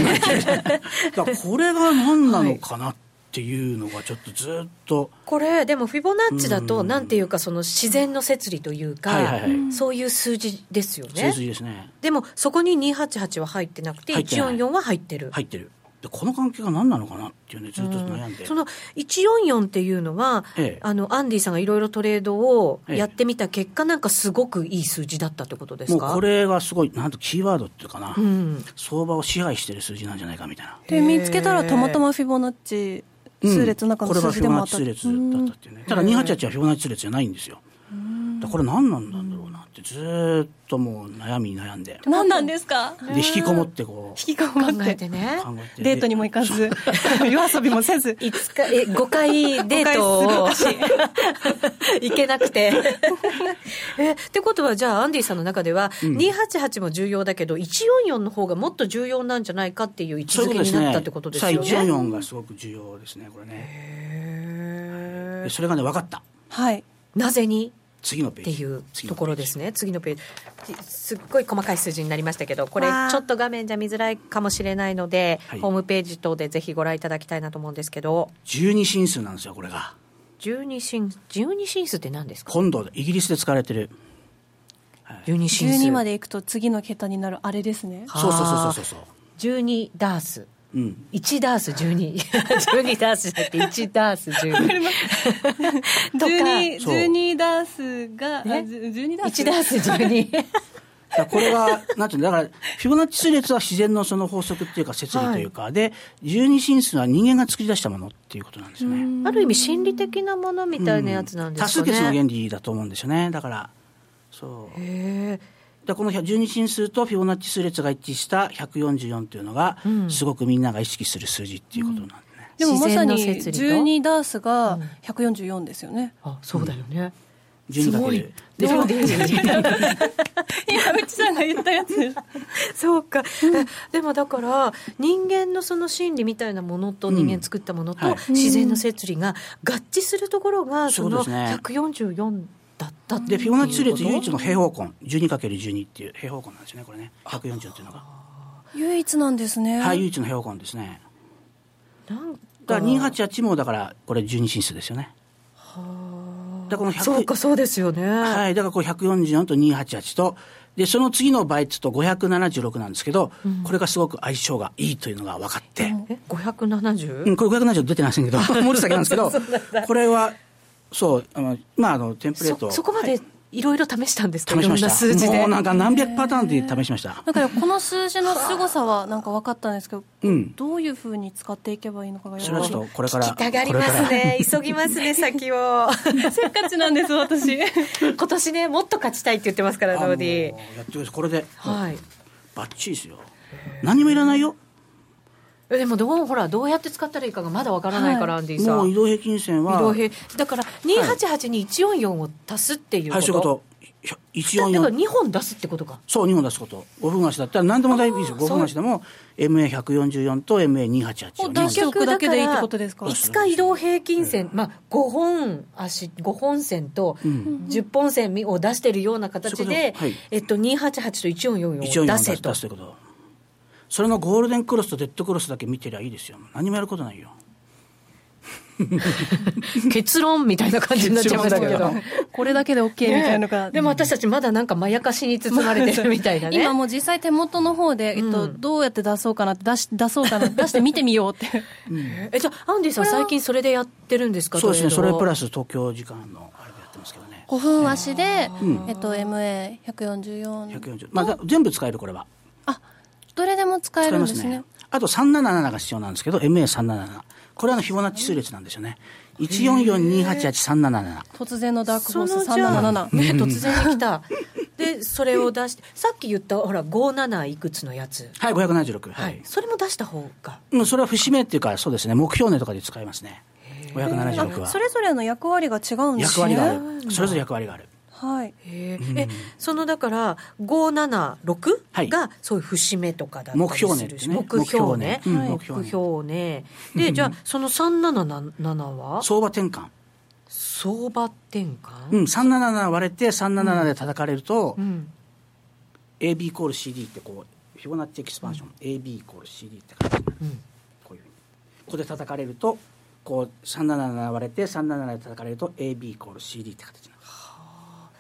Speaker 8: だからこれが何なのかなっていうのがちょっとずっと、
Speaker 1: こ れでもフィボナッチだとなんていうかその自然の摂理というか、
Speaker 8: はいはいはい
Speaker 1: そういう数字ですよね
Speaker 8: 正髄ですね
Speaker 1: でもそこに288は入ってなくて
Speaker 8: 入ってない
Speaker 1: 144は入ってる
Speaker 8: 入ってるでこの関係が何なのかなっていうねずっと悩んで、
Speaker 1: その144っていうのは、
Speaker 8: ええ
Speaker 1: あのアンディさんがいろいろトレードをやってみた結果、なんかすごくいい数字だったってことです
Speaker 8: もう
Speaker 1: か
Speaker 8: これがすごいなんとキーワードっていうかな、
Speaker 1: うん、
Speaker 8: 相場を支配してる数字なんじゃないかみたいな
Speaker 5: で見つけたらたまたまフィボナッチ数列の中の数字でもあった、
Speaker 8: これがフィボナッチ数列だったっていうね、ただ288はフィボナッチ数列じゃないんですよ、だからこれ何なんだろうなってずーっともう悩みに悩んで
Speaker 5: うん何なんですか
Speaker 8: で引きこもってこう
Speaker 5: 引きこ
Speaker 1: 考
Speaker 5: もっ
Speaker 1: え
Speaker 5: て
Speaker 1: てね
Speaker 8: 考えて
Speaker 5: デートにも行か ず夜遊びもせず
Speaker 1: いつかえ5回デートを行けなくて えってことはじゃあアンディさんの中では、288も重要だけど144の方がもっと重要なんじゃないかっていう位置
Speaker 8: そう
Speaker 1: づ
Speaker 8: い
Speaker 1: け
Speaker 8: う
Speaker 1: に
Speaker 8: ことです
Speaker 1: なっ
Speaker 8: ね
Speaker 1: たってことですよね
Speaker 8: さあ144がすごく重要ですねこれねでそれがね分かった
Speaker 5: はい
Speaker 1: なぜに
Speaker 8: 次のペ
Speaker 1: っ
Speaker 8: ー
Speaker 1: て
Speaker 8: ジ
Speaker 1: いう
Speaker 8: 次
Speaker 1: と
Speaker 8: の
Speaker 1: ころですね次のページすっごい細かい数字になりましたけどこれ
Speaker 5: わあ
Speaker 1: ちょっと画面じゃ見づらいかもしれないので、
Speaker 8: はい
Speaker 1: ホームページ等でぜひご覧いただきたいなと思うんですけど
Speaker 8: 12進数なんですよこれが
Speaker 1: 12進12進数って何ですか
Speaker 8: 今度イギリスで使われてる
Speaker 1: 12進数
Speaker 5: 12まで行くと次の桁になるあれですね
Speaker 8: そうそうそうそうそう
Speaker 1: 12ダース
Speaker 8: うん
Speaker 1: 1ダース12 12ダースじゃなくて1ダース12
Speaker 5: 12,
Speaker 8: そう
Speaker 5: 12ダースがあ
Speaker 1: ね
Speaker 5: じゅ12ダース
Speaker 1: 1ダース12
Speaker 8: だからこれがなんていうのだからフィボナッチ数列は自然のその法則っていうか摂理というか、で12進数は人間が作り出したものっていうことなんですよね、
Speaker 1: ある意味心理的なものみたいなやつなんで
Speaker 8: 多
Speaker 1: すか
Speaker 8: 数
Speaker 1: ね、
Speaker 8: 決の原理だと思うんですよねだからそう
Speaker 1: へえ
Speaker 8: でこの12進数とフィボナッチ数列が一致した144というのが、
Speaker 1: うん
Speaker 8: すごくみんなが意識する数字っていうことなんでね。
Speaker 5: でもまさに
Speaker 1: 自然の摂理と
Speaker 5: 12ダースが144ですよね、
Speaker 1: あそうだよね、
Speaker 8: 12かける
Speaker 1: でも
Speaker 5: 今内さんが言ったやつです
Speaker 1: そうか、でもだから人間のその心理みたいなものと人間作ったもの
Speaker 8: は
Speaker 1: と
Speaker 8: い
Speaker 1: 自然の摂理が合致するところがその
Speaker 8: そうですね
Speaker 1: 144だったっていうこと
Speaker 8: でフィボナッチ数列唯一の平方根 12×12 っていう平方根なんですよねこれね140っていうのが
Speaker 5: 唯一なんですね、
Speaker 8: はい唯一の平方根ですね
Speaker 1: なん
Speaker 8: だ
Speaker 1: か
Speaker 8: から288もだからこれ12進数ですよねだからこの100
Speaker 1: そうかそうですよね、
Speaker 8: はい、だからこう144と288と、で、その次の倍率と576なんですけど、これがすごく相性がいいというのが分かって、
Speaker 1: え 570?
Speaker 8: うん、これ570出てません けど、もうちょっと先なんですけど、これは、そう、あの、まあ、あの、テンプレート
Speaker 1: そ
Speaker 8: を
Speaker 1: そこまでいろいろ試したんですか、い
Speaker 8: 試し
Speaker 1: ろ
Speaker 8: ま
Speaker 1: ん
Speaker 8: し
Speaker 1: な数字
Speaker 8: た。も
Speaker 1: で
Speaker 8: うなんか何百パターンで試しました。
Speaker 5: だからこの数字の凄さはなんか分かったんですけど、
Speaker 8: うん
Speaker 5: どういうふうに使っていけばいいのかがよ
Speaker 8: そ
Speaker 5: く
Speaker 8: れは
Speaker 5: わ
Speaker 8: ち
Speaker 5: かん
Speaker 8: ょっ
Speaker 5: ない
Speaker 8: とこれから、
Speaker 1: 聞きたがり
Speaker 8: これ
Speaker 1: ま
Speaker 8: か
Speaker 1: す
Speaker 8: ら。
Speaker 1: ね急ぎます ね先を
Speaker 5: せっかちなんです 私
Speaker 1: 今年ねもっと勝ちたいって言ってますから
Speaker 8: あ
Speaker 1: ノ
Speaker 8: も
Speaker 1: ー
Speaker 8: う
Speaker 1: ディー
Speaker 8: やってください。これで、
Speaker 1: はい
Speaker 8: バッチリですよ。何もいらないよ。
Speaker 1: えでもどうほらどうやって使ったらいいかがまだわからないから、アンディさん
Speaker 8: もう移動平均線は、
Speaker 1: 移動平だから288に144を足すっていうこ、
Speaker 8: はい、そういうことと。ひょ一
Speaker 1: だ
Speaker 8: 応
Speaker 1: だから2本出すってことか
Speaker 8: そう、2本出すこと。5分足だったら何でも大丈夫ですよ。
Speaker 1: あー
Speaker 8: 5分足でも MA144 と MA288 を
Speaker 5: お
Speaker 8: 2
Speaker 5: 出し
Speaker 8: 本足
Speaker 5: ておくだけでいいってことですか
Speaker 1: いつか移動平均線、まあ、5本足5本線と10本線を出してるような形
Speaker 8: そういう
Speaker 1: で、
Speaker 8: ことはい
Speaker 1: えっと、288と
Speaker 8: 一応
Speaker 1: 1444を
Speaker 8: 2
Speaker 1: 出
Speaker 8: 本出
Speaker 1: せ
Speaker 8: す
Speaker 1: と
Speaker 8: 出すということ。それのゴールデンクロスとデッドクロスだけ見てりゃいいですよ。何もやることないよ。
Speaker 1: 結論みたいな感じになっちゃいましたけど。
Speaker 5: これだけで OK みたいなのが、
Speaker 1: でも私たちまだなんかまやかしに包まれてるみたいなね。
Speaker 5: 今もう実際手元の方で、えっと
Speaker 1: うん
Speaker 5: どうやって出そうかなって出し出そうかなって出して見てみようって
Speaker 1: え、じゃあ、アンディさん最近それでやってるんですか
Speaker 8: そうですね。
Speaker 1: ト
Speaker 8: そ
Speaker 1: レー
Speaker 8: れ
Speaker 1: ドを
Speaker 8: プラス東京時間のあれでやってますけどね。
Speaker 5: 5分足で、
Speaker 8: ん
Speaker 5: えっと、MA144
Speaker 8: 140。まあ、だ全部使えるこれは。
Speaker 5: あどれでも使え
Speaker 8: 使え
Speaker 5: るん
Speaker 8: ま
Speaker 5: ですす
Speaker 8: ね
Speaker 5: ね。
Speaker 8: あと377が必要なんですけど、MA377。これはあのフィボナッチ数列なんですよね。144288377。
Speaker 5: 突然のダークホース
Speaker 1: そのじゃあ
Speaker 5: 377
Speaker 1: ね、突然に来た。で、それを出して、さっき言った、ほら、57いくつのやつ。
Speaker 8: はい、576。は
Speaker 1: はいい。。それも出した方が。
Speaker 8: うん、それは節目っていうか、そうですね、目標値とかで使えますね、576は
Speaker 5: そ。れぞれの役割が違うんです
Speaker 8: 役
Speaker 5: ね
Speaker 8: 割がある、それぞれ役割がある。
Speaker 5: はい
Speaker 1: え、そのだから、576
Speaker 8: はい
Speaker 1: が、そういう節目とかだったりするし
Speaker 8: 目標ねってね
Speaker 1: 目標ね。目標ね。
Speaker 8: 目標ねうん
Speaker 1: 目標ねで、じゃあ、その377は、
Speaker 8: 相場転換、
Speaker 1: 相場転換
Speaker 8: うん、377割れて、377で叩かれると、
Speaker 1: うん、
Speaker 8: AB イコール CD ってこう、フィボナッチエキスパンション、AB イコール CD って書いてある
Speaker 1: うん
Speaker 8: こういうふうに。ここで叩かれると、こう、377割れて、377で叩かれると、AB イコール CD って形になる。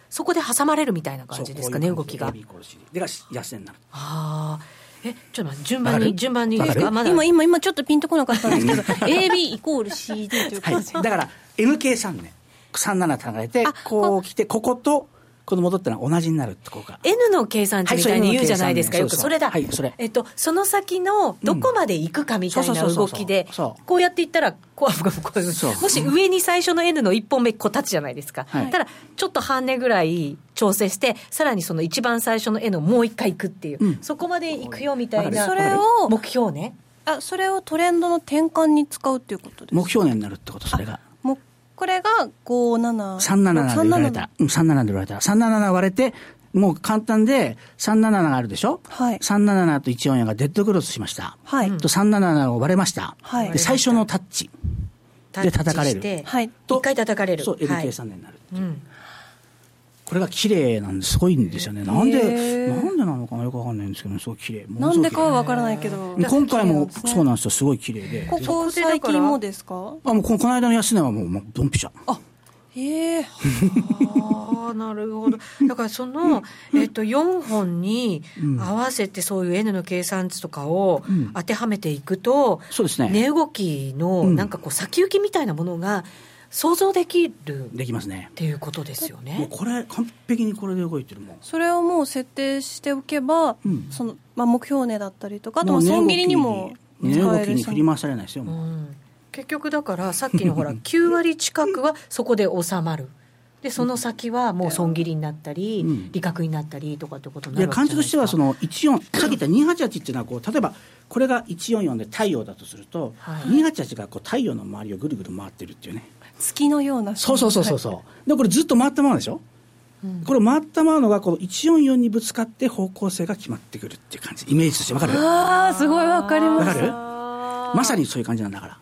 Speaker 1: そこで挟まれるみたいな感じですかね
Speaker 8: そう
Speaker 1: 動
Speaker 8: こう
Speaker 1: き
Speaker 8: いう感
Speaker 1: が
Speaker 8: じで AB イコール CD。でが、痩せになる。
Speaker 1: ああえちょっと待って順番
Speaker 8: わか
Speaker 1: に
Speaker 8: る
Speaker 1: 順番にいいですか
Speaker 8: わか
Speaker 1: まだ
Speaker 5: 今 今今ちょっとピンとこなかったん ですけど AB イコール CD という
Speaker 8: は
Speaker 5: か、
Speaker 8: い、 だから N 計算ね37叩かれてこう来てこことこの戻ったのは同じになるってこうか
Speaker 1: N の計算値みたいに言うじゃないですか、
Speaker 8: はい
Speaker 1: よく
Speaker 8: そ
Speaker 1: そう
Speaker 8: い
Speaker 1: れ
Speaker 8: うの
Speaker 1: だ、
Speaker 8: 計算ねそうそうはいそれ
Speaker 1: えっと、その先のどこまで行くかみたい
Speaker 8: うん
Speaker 1: な
Speaker 8: そうそうそ
Speaker 1: 動
Speaker 8: うそう
Speaker 1: きで
Speaker 8: そう
Speaker 1: こうやっていったらこうこう
Speaker 8: そう
Speaker 1: もし上に最初の N の1本目こう立つじゃないですか、
Speaker 8: はい
Speaker 1: ただちょっと半値ぐらい調整してさらにその一番最初の N をもう一回行くっていう、
Speaker 8: うん
Speaker 1: そこまで行くよみたいな
Speaker 5: それを
Speaker 1: 目標ね
Speaker 5: あそれをトレンドの転換に使うっていうことです
Speaker 8: 目標年になるってことそれが
Speaker 5: もうこれが57377
Speaker 8: 377で割れた、うん、377で割れた377割れてもう簡単で377があるでしょ、
Speaker 5: はい
Speaker 8: 377と144がデッドクロスしました、
Speaker 5: はい
Speaker 8: と377を割れました、
Speaker 5: はい
Speaker 8: で最初のタッチで叩かれる
Speaker 1: タッチして
Speaker 5: はい
Speaker 8: と
Speaker 1: 一回叩かれる
Speaker 8: そう
Speaker 1: はい
Speaker 8: N 計算年になる、
Speaker 1: うん
Speaker 8: これが綺麗なんですごいんですよねなんで
Speaker 5: へー
Speaker 8: なんでなのかなよくわかんないんですけど、ね、すごい綺麗もの
Speaker 5: な
Speaker 8: す
Speaker 5: ん
Speaker 8: ごい
Speaker 5: で
Speaker 8: 綺麗
Speaker 5: かはわからないけど
Speaker 8: 今回も
Speaker 5: 綺麗
Speaker 8: そ
Speaker 5: なんで。
Speaker 8: うなんですよ、すごい綺麗です
Speaker 5: ねここ最近もですか
Speaker 8: あもうこのこの間の安値はもうもうドンピシャ。
Speaker 5: ええ
Speaker 1: ああなるほ どだからその、えっと、4本に合わせてそういう N の計算値とかを
Speaker 8: ん
Speaker 1: 当てはめていくと、
Speaker 8: そうですね
Speaker 1: 値動きの
Speaker 8: うん
Speaker 1: なんかこう先行きみたいなものが想像できるっ
Speaker 8: できますね。
Speaker 1: ていうことですよ
Speaker 8: もう
Speaker 1: ね。
Speaker 8: これ完璧にこれで動いてるもん。
Speaker 5: それをもう設定しておけば、
Speaker 8: ん
Speaker 5: そのまあ、目標値だったりとかあとは
Speaker 8: もう値動き
Speaker 5: 損切りにも使
Speaker 8: 値動
Speaker 5: え
Speaker 8: き
Speaker 5: る
Speaker 8: に
Speaker 5: し
Speaker 8: 振り回されないですよ。
Speaker 1: う
Speaker 8: もうん
Speaker 1: 結局だからさっきのほら9割近くはそこで収まるでその先はもう損切りになったり、
Speaker 8: うん
Speaker 1: 利確になったりとかってことに
Speaker 8: い
Speaker 1: な
Speaker 8: や
Speaker 1: るわけ
Speaker 8: 感
Speaker 1: じゃ
Speaker 8: じと
Speaker 1: ない
Speaker 8: し
Speaker 1: で
Speaker 8: て
Speaker 1: すか
Speaker 8: はその148さっき言った288っていうのはこう例えばこれが144で太陽だとすると、
Speaker 1: はい
Speaker 8: 288がこう太陽の周りをぐるぐる回ってるっていうね
Speaker 5: 月のような
Speaker 8: そうそうそうそうそう、でこれずっと回ったままでしょ、これ回ったままのがこの144にぶつかって方向性が決まってくるっていう感じイメージとしてわかるわ
Speaker 5: ああすごいわかりま
Speaker 8: か
Speaker 5: す
Speaker 8: るまさにそういう感じなんだから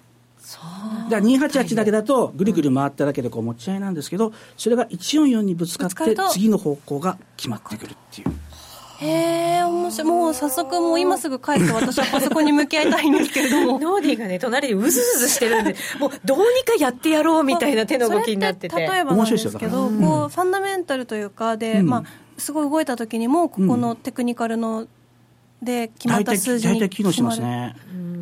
Speaker 8: だから288だけだとぐるぐる回っただけでこう持ち合いなんですけどそれが144にぶつかっ
Speaker 5: ぶつかる
Speaker 8: て
Speaker 5: と
Speaker 8: 次の方向が決まってくるっていう
Speaker 5: へえ面白いもう早速もう今すぐ帰って私はパソコンに向き合いたいんですけれども
Speaker 1: ノーディーがね隣でうずうずしてるんでもうどうにかやってやろう みたいな手の動きになってて
Speaker 5: それ例えばなんですけど、
Speaker 8: 面白いですよだから
Speaker 5: こうファンダメンタルというかで、
Speaker 8: うん
Speaker 5: まあすごい動いた時にもここのテクニカルので決ま
Speaker 8: 大
Speaker 5: った
Speaker 8: 体
Speaker 5: 数字
Speaker 8: 大
Speaker 5: に
Speaker 8: 体機能しますね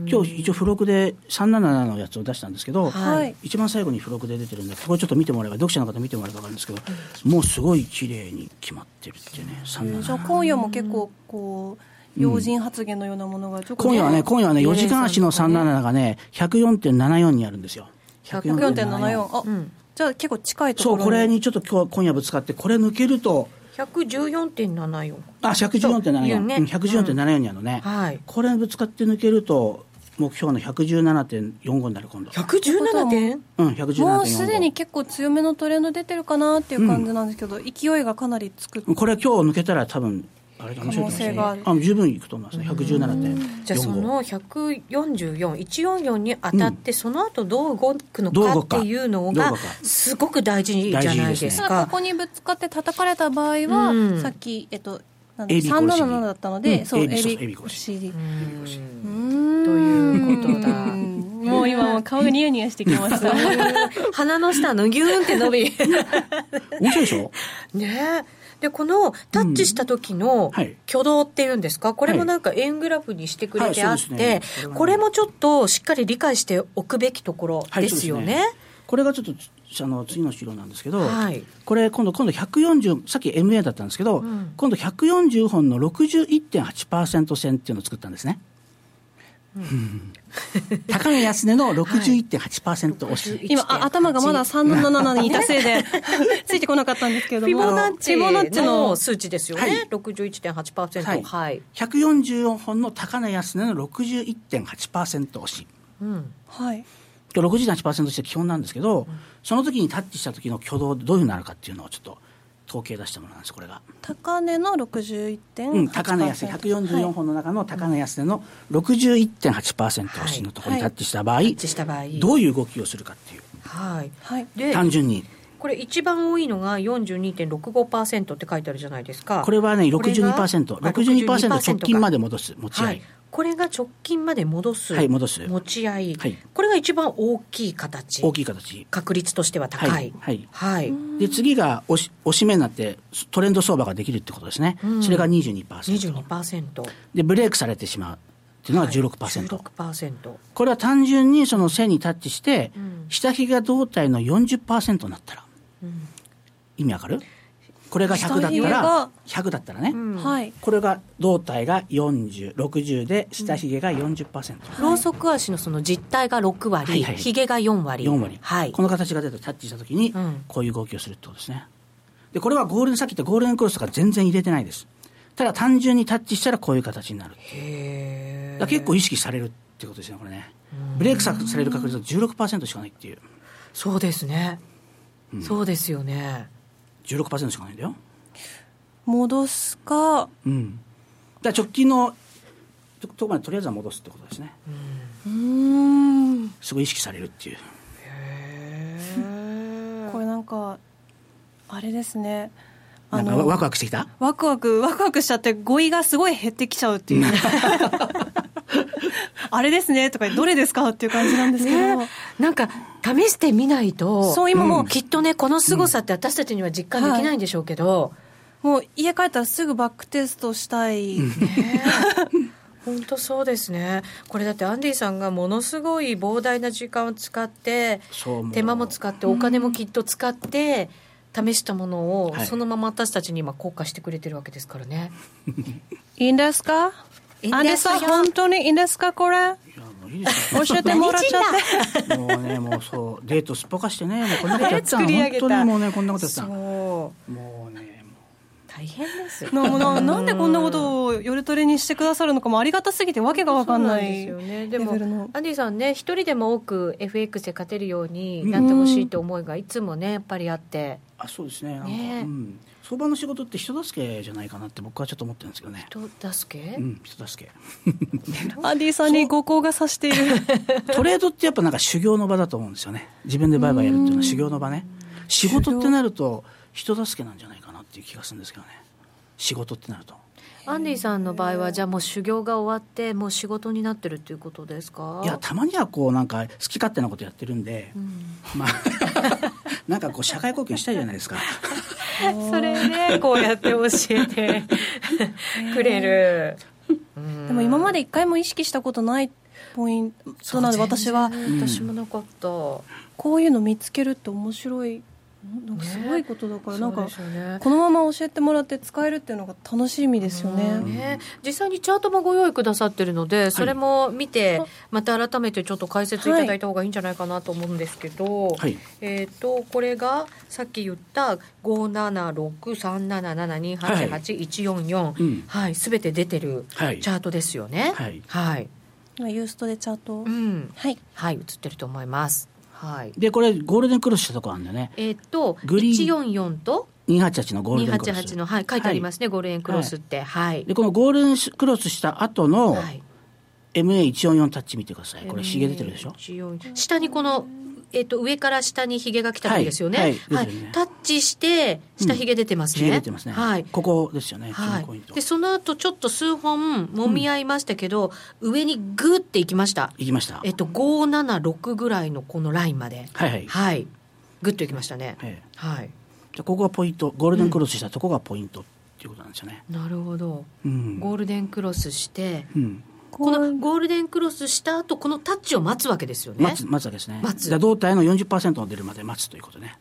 Speaker 8: 今日一応付録で377のやつを出したんですけど、
Speaker 5: はい
Speaker 8: 一番最後に付録で出てるんでこれちょっと見てもらえば読者の方見てもらえば分かるんですけどもうすごい綺麗に決まってるっていうね
Speaker 5: じゃあ
Speaker 8: 377
Speaker 5: 今夜も結構こう要人発言のようなものがちょっと
Speaker 8: 今夜はね今夜はね4時間足の377がね104.74にあるんですよ
Speaker 5: 104.74あ、じゃあ結構近いとこ
Speaker 8: そ
Speaker 5: ろ
Speaker 8: う
Speaker 5: に
Speaker 8: これにちょっと今日今夜ぶつかってこれ抜けると
Speaker 1: 114.74
Speaker 8: あ
Speaker 1: そう
Speaker 8: 114.74、
Speaker 1: ね
Speaker 8: うん114.74にあるのね、
Speaker 1: はい
Speaker 8: これぶつかって抜けると目標の117.45になる今度
Speaker 1: 117点
Speaker 8: うん117.45
Speaker 5: もうすでに結構強めのトレンド出てるかなっていう感じなんですけど、勢いがかなりつくって
Speaker 8: これ今日抜けたら多分あれだ面白いと思
Speaker 5: 可
Speaker 8: い
Speaker 5: 能性が
Speaker 8: ま
Speaker 5: あ
Speaker 8: すね
Speaker 5: る
Speaker 8: あ十分いくと思いますね117.45
Speaker 1: じゃあその144144に当たって、その後どう動くの
Speaker 8: どう
Speaker 1: か
Speaker 8: 動
Speaker 1: っ
Speaker 8: くか
Speaker 1: ていうの
Speaker 8: どう
Speaker 1: が
Speaker 8: 動くか
Speaker 1: すごく大事じゃない
Speaker 8: 大事
Speaker 1: で
Speaker 8: ですす
Speaker 5: ただ
Speaker 1: か
Speaker 5: ここにぶつかって叩かれた場合は、
Speaker 1: うん
Speaker 5: さっき、えっと、なんだ
Speaker 8: AB コール CD
Speaker 5: 377だったので、
Speaker 8: うん
Speaker 5: そう
Speaker 8: AB そう AB
Speaker 5: AB
Speaker 8: コール
Speaker 5: CD う
Speaker 1: うん
Speaker 5: ーん
Speaker 1: ということだ
Speaker 5: もう今もう顔がニヤニヤしてきます
Speaker 1: 鼻の下のギューンって伸び
Speaker 8: 面白いでしょ
Speaker 1: ねえでこのタッチした時の
Speaker 8: はい
Speaker 1: 挙動っていうんですか、これもなんか円グラフにしてくれてあ
Speaker 8: は
Speaker 1: っ
Speaker 8: いそう
Speaker 1: て、
Speaker 8: ですね
Speaker 1: これもちょっとしっかり理解しておくべきところ
Speaker 8: はい
Speaker 1: ですよね。
Speaker 8: そうですこれがちょっとあの次の資料なんですけど、
Speaker 1: はい
Speaker 8: これ今度今度140さっき MA だったんですけど、
Speaker 1: ん
Speaker 8: 今度140本の61.8%線っていうのを作ったんですね、高値安値の61.8%押し、
Speaker 5: 今あ頭がまだ377にいたせいでついてこなかったんですけれど
Speaker 1: フィ
Speaker 5: も
Speaker 1: ボナッチ
Speaker 5: フィボナッチの
Speaker 1: の数値ですよ
Speaker 8: は
Speaker 1: ね
Speaker 8: い、
Speaker 1: 61.8%、は
Speaker 8: はいい144本の高値安値の61.8%押し
Speaker 1: うん、
Speaker 5: はい
Speaker 8: これ60.8%して基本なんですけど、その時にタッチした時の挙動どういうふうになるかっていうのをちょっと統計出したものなんですこれが、
Speaker 5: 高値の61.8%、
Speaker 8: うん、高値安値144本の中の高値安値の61.8%押しのところにタッチした場合、
Speaker 1: 一致した場合、
Speaker 8: どういう動きをするかっていう
Speaker 1: はい、
Speaker 5: はい、
Speaker 1: で
Speaker 8: 単純に
Speaker 1: これ一番多いのが42.65%って書いてあるじゃないですか。
Speaker 8: これはね
Speaker 1: これが
Speaker 8: 62%62% 直近ま
Speaker 1: で
Speaker 8: で戻す持ち合い、
Speaker 1: はい、これが直近まで戻す、
Speaker 8: はい戻す
Speaker 1: 持ち合い、
Speaker 8: はい
Speaker 1: これが一番大きい形
Speaker 8: 大きい形
Speaker 1: 確率としては高い
Speaker 8: はいはい
Speaker 1: はい
Speaker 8: で次が押し押し目になってトレンド相場ができるってことですね、それが22%
Speaker 1: 22%
Speaker 8: でブレイクされてしまうっていうのは16%、
Speaker 1: 16%
Speaker 8: これは単純にその背にタッチして、
Speaker 1: ん
Speaker 8: 下髭が胴体の40%になったら、意味わかるこれが100
Speaker 5: 下
Speaker 8: だっ
Speaker 5: 髭
Speaker 8: たら
Speaker 5: が
Speaker 8: 100だったらね、
Speaker 5: はい
Speaker 8: これが胴体が4060で下髭が40%、
Speaker 1: ロウソク足のその実体が6割、
Speaker 8: はいはい
Speaker 1: ヒゲが4割
Speaker 8: 4割、
Speaker 1: はい、
Speaker 8: この形が出てタッチした時に
Speaker 1: うん
Speaker 8: こういう動きをするってことですねでこれはゴールデンさっき言ったゴールデンクロスとか全然入れてないですただ単純にタッチしたらこういう形になるっていうだから結構意識されるってことですねこれねブレイクさされる確率は16%しかないっていう
Speaker 1: そうですね、そうですよね
Speaker 8: 16%しかないんだよ
Speaker 5: 戻すか
Speaker 8: うんだから直近のととこまでとりあえずは戻すってことですね
Speaker 5: うん
Speaker 8: すごい意識されるっていう
Speaker 5: これなんかあれですねあ
Speaker 8: なん
Speaker 5: の
Speaker 8: かワワクワクしてきた
Speaker 5: ワクワクワクワクしちゃって語彙がすごい減ってきちゃうっていう あれですねとかどれですかっていう感じなんですけど、
Speaker 1: ねなんか試してみないと
Speaker 5: そう今もう
Speaker 1: きっとねこの凄さって私たちには実感できないんでしょうけど、
Speaker 5: もう家帰ったらすぐバックテストしたい、
Speaker 1: 本当そうですねこれだってアンディさんがものすごい膨大な時間を使って
Speaker 8: そうもう
Speaker 1: 手間も使ってお金もきっと使って試したものを
Speaker 8: はい
Speaker 1: そのまま私たちに今効果してくれてるわけですからね、
Speaker 5: いいんですか
Speaker 1: いいんですよ
Speaker 5: あれさ本当にいいんですかこれ
Speaker 8: いやもういいいですよ
Speaker 5: 教えてもらっちゃって
Speaker 8: もうねもうそうデートすっぽかしてねもうこん なことやってたの
Speaker 5: 作り上
Speaker 8: 本
Speaker 5: げた
Speaker 8: 当にもうねこんなことやってたの
Speaker 1: そう
Speaker 8: もうねも
Speaker 1: 大変ですよ
Speaker 5: なななんでこんなことを夜トレにしてくださるのかもありがたすぎてわけ がわかんない
Speaker 1: そうなんですよねで
Speaker 5: レ
Speaker 1: も
Speaker 5: ベルの
Speaker 1: アンディさんね一人でも多く FX で勝てるようになってほしいって思いがいつもねやっぱりあって
Speaker 8: うあそうですねなんか、
Speaker 1: ね
Speaker 8: うん、相場の仕事って人助けじゃないかなって僕はちょっと思ってるんですけどね
Speaker 1: 人助け、
Speaker 8: うん人助け
Speaker 5: アンディさんに五行が指している
Speaker 8: トレードってやっぱなんか修行の場だと思うんですよね自分で売買やるっていうのは修行の場ね仕事ってなると人助けなんじゃないかなっていう気がするんですけどね仕事ってなると
Speaker 1: アンディさんの場合はじゃあもう修行が終わってもう仕事になってるっていうことですか
Speaker 8: いやたまにはこうなんか好き勝手なことやってるんで、まあ なんかこう社会貢献したいじゃないですか
Speaker 1: それねこうやって教えてくれる
Speaker 5: でも今まで一回も意識したことないポイントなので私は
Speaker 1: 私もなかった、
Speaker 5: こういうの見つけるって面白いなんかすごいことだから、なん
Speaker 1: そう
Speaker 5: か
Speaker 1: ですよね
Speaker 5: このまま教えてもらって使えるっていうのが楽しみですよね。
Speaker 1: ね、実際にチャートもご用意くださってるので、それも見て、また改めてちょっと解説いただいた方がいいんじゃないかなと思うんですけど、
Speaker 8: はい
Speaker 1: えっ、と、これがさっき言った576377288144144、はい、すべ、て出てる
Speaker 8: はい
Speaker 1: チャートですよね。
Speaker 8: はい
Speaker 1: はい。
Speaker 5: 今ユーストでチャートを、
Speaker 1: うん。
Speaker 5: はい
Speaker 1: はい、映ってると思います。はい。
Speaker 8: でこれゴールデンクロスしたとこあるんだよね
Speaker 1: えっ、と、
Speaker 8: グリーン
Speaker 1: 144と
Speaker 8: 288のゴールデンクロス
Speaker 1: 288の、はい、書いてありますね、ゴールデンクロスって。はい。
Speaker 8: でこのゴールデンクロスした後の
Speaker 1: はい
Speaker 8: MA144 タッチ見てくださいこれひげ出てるでしょ
Speaker 1: 14下にこの、えっと上から下にひげが来たんですよね、は
Speaker 8: はいいはいですよね
Speaker 1: タッチして下ひげ出てますね、
Speaker 8: ひげ出てますね、
Speaker 1: はい
Speaker 8: ここですよね、
Speaker 1: は
Speaker 8: キーポイント
Speaker 1: い、でその後ちょっと数本揉み合いましたけど、上にグーっていきました
Speaker 8: いきました
Speaker 1: えっと576ぐらいのこのラインまで
Speaker 8: はいはい
Speaker 1: はいグッといきましたね、
Speaker 8: ええ
Speaker 1: はい
Speaker 8: じゃあここがポイントゴールデンクロスしたとこがポイントっていうことなんですよね、
Speaker 1: なるほど、
Speaker 8: うん
Speaker 1: ゴールデンクロスして
Speaker 8: うん、
Speaker 1: このゴールデンクロスした後このタッチを待つわけですよね
Speaker 8: 待つ待つわけですね
Speaker 1: 待つ
Speaker 8: だから胴体の40%の出るまで待つということね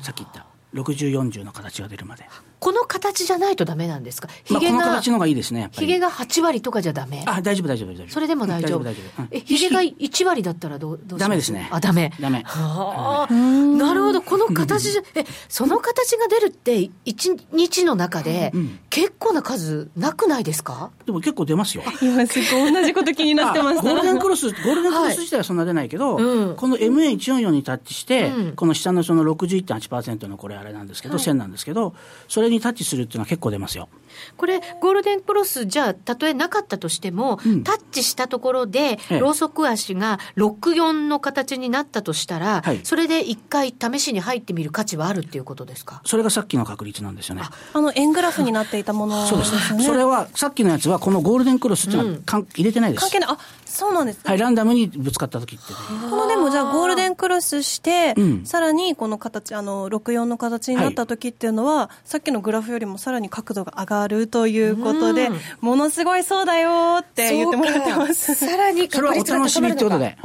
Speaker 8: さっき言った6040の形が出るまで、
Speaker 1: この形じゃないとダメなんですかひ
Speaker 8: まあ、
Speaker 1: げ
Speaker 8: こ
Speaker 1: が、
Speaker 8: の形の方がいいですねやっぱ
Speaker 1: ひ
Speaker 8: り
Speaker 1: げが8割とかじゃダメ
Speaker 8: あ大丈夫大丈夫大丈夫
Speaker 1: それでも大丈夫
Speaker 8: うん大丈夫大丈夫うん
Speaker 1: えひげが1割だったらどうどうします
Speaker 8: ダメですね
Speaker 1: あダメ
Speaker 8: ダメ
Speaker 1: はあなるほどこの形 じゃえその形が出るって1日の中で結構な数なくないですか
Speaker 8: でも結構出ますよ
Speaker 5: 今すごい同じこと気になってまし
Speaker 8: ゴールデン
Speaker 5: た。
Speaker 8: クロス、ゴールデンクロス自体はそんな出ないけど、
Speaker 1: うん
Speaker 8: この MA144 にタッチして、
Speaker 1: うん
Speaker 8: この下のその61.8%のこれあれなんですけど、線なんですけど、それにタッチするっていうのは結構出ますよ。
Speaker 1: これゴールデンクロスじゃたとえなかったとしても、
Speaker 8: うん
Speaker 1: タッチしたところで、
Speaker 8: ええ
Speaker 1: ローソク足が64の形になったとしたら、
Speaker 8: はい
Speaker 1: それで一回試しに入ってみる価値はあるっていうことですか
Speaker 8: それがさっきの確率なんですよね。
Speaker 5: あの円グラフになっていたもの
Speaker 8: そう
Speaker 5: で
Speaker 8: です
Speaker 5: すよ。ね。
Speaker 8: それは、さっきのやつは、このゴールデンクロスっていうの
Speaker 1: う
Speaker 8: は
Speaker 1: ん
Speaker 8: 関、入れてないです。
Speaker 5: 関係ない。あ、そうなんです。
Speaker 8: はい、ランダムにぶつかった時って、
Speaker 5: このでもじゃあゴールデンクロスして、
Speaker 8: うん
Speaker 5: さらにこの形あの64の形になった時っていうのは、さっきのグラフよりもさらに角度が上がるということで、
Speaker 1: うん
Speaker 5: ものすごいそうだよーって言ってもらってます
Speaker 4: さらに
Speaker 8: それはお楽しみってことで。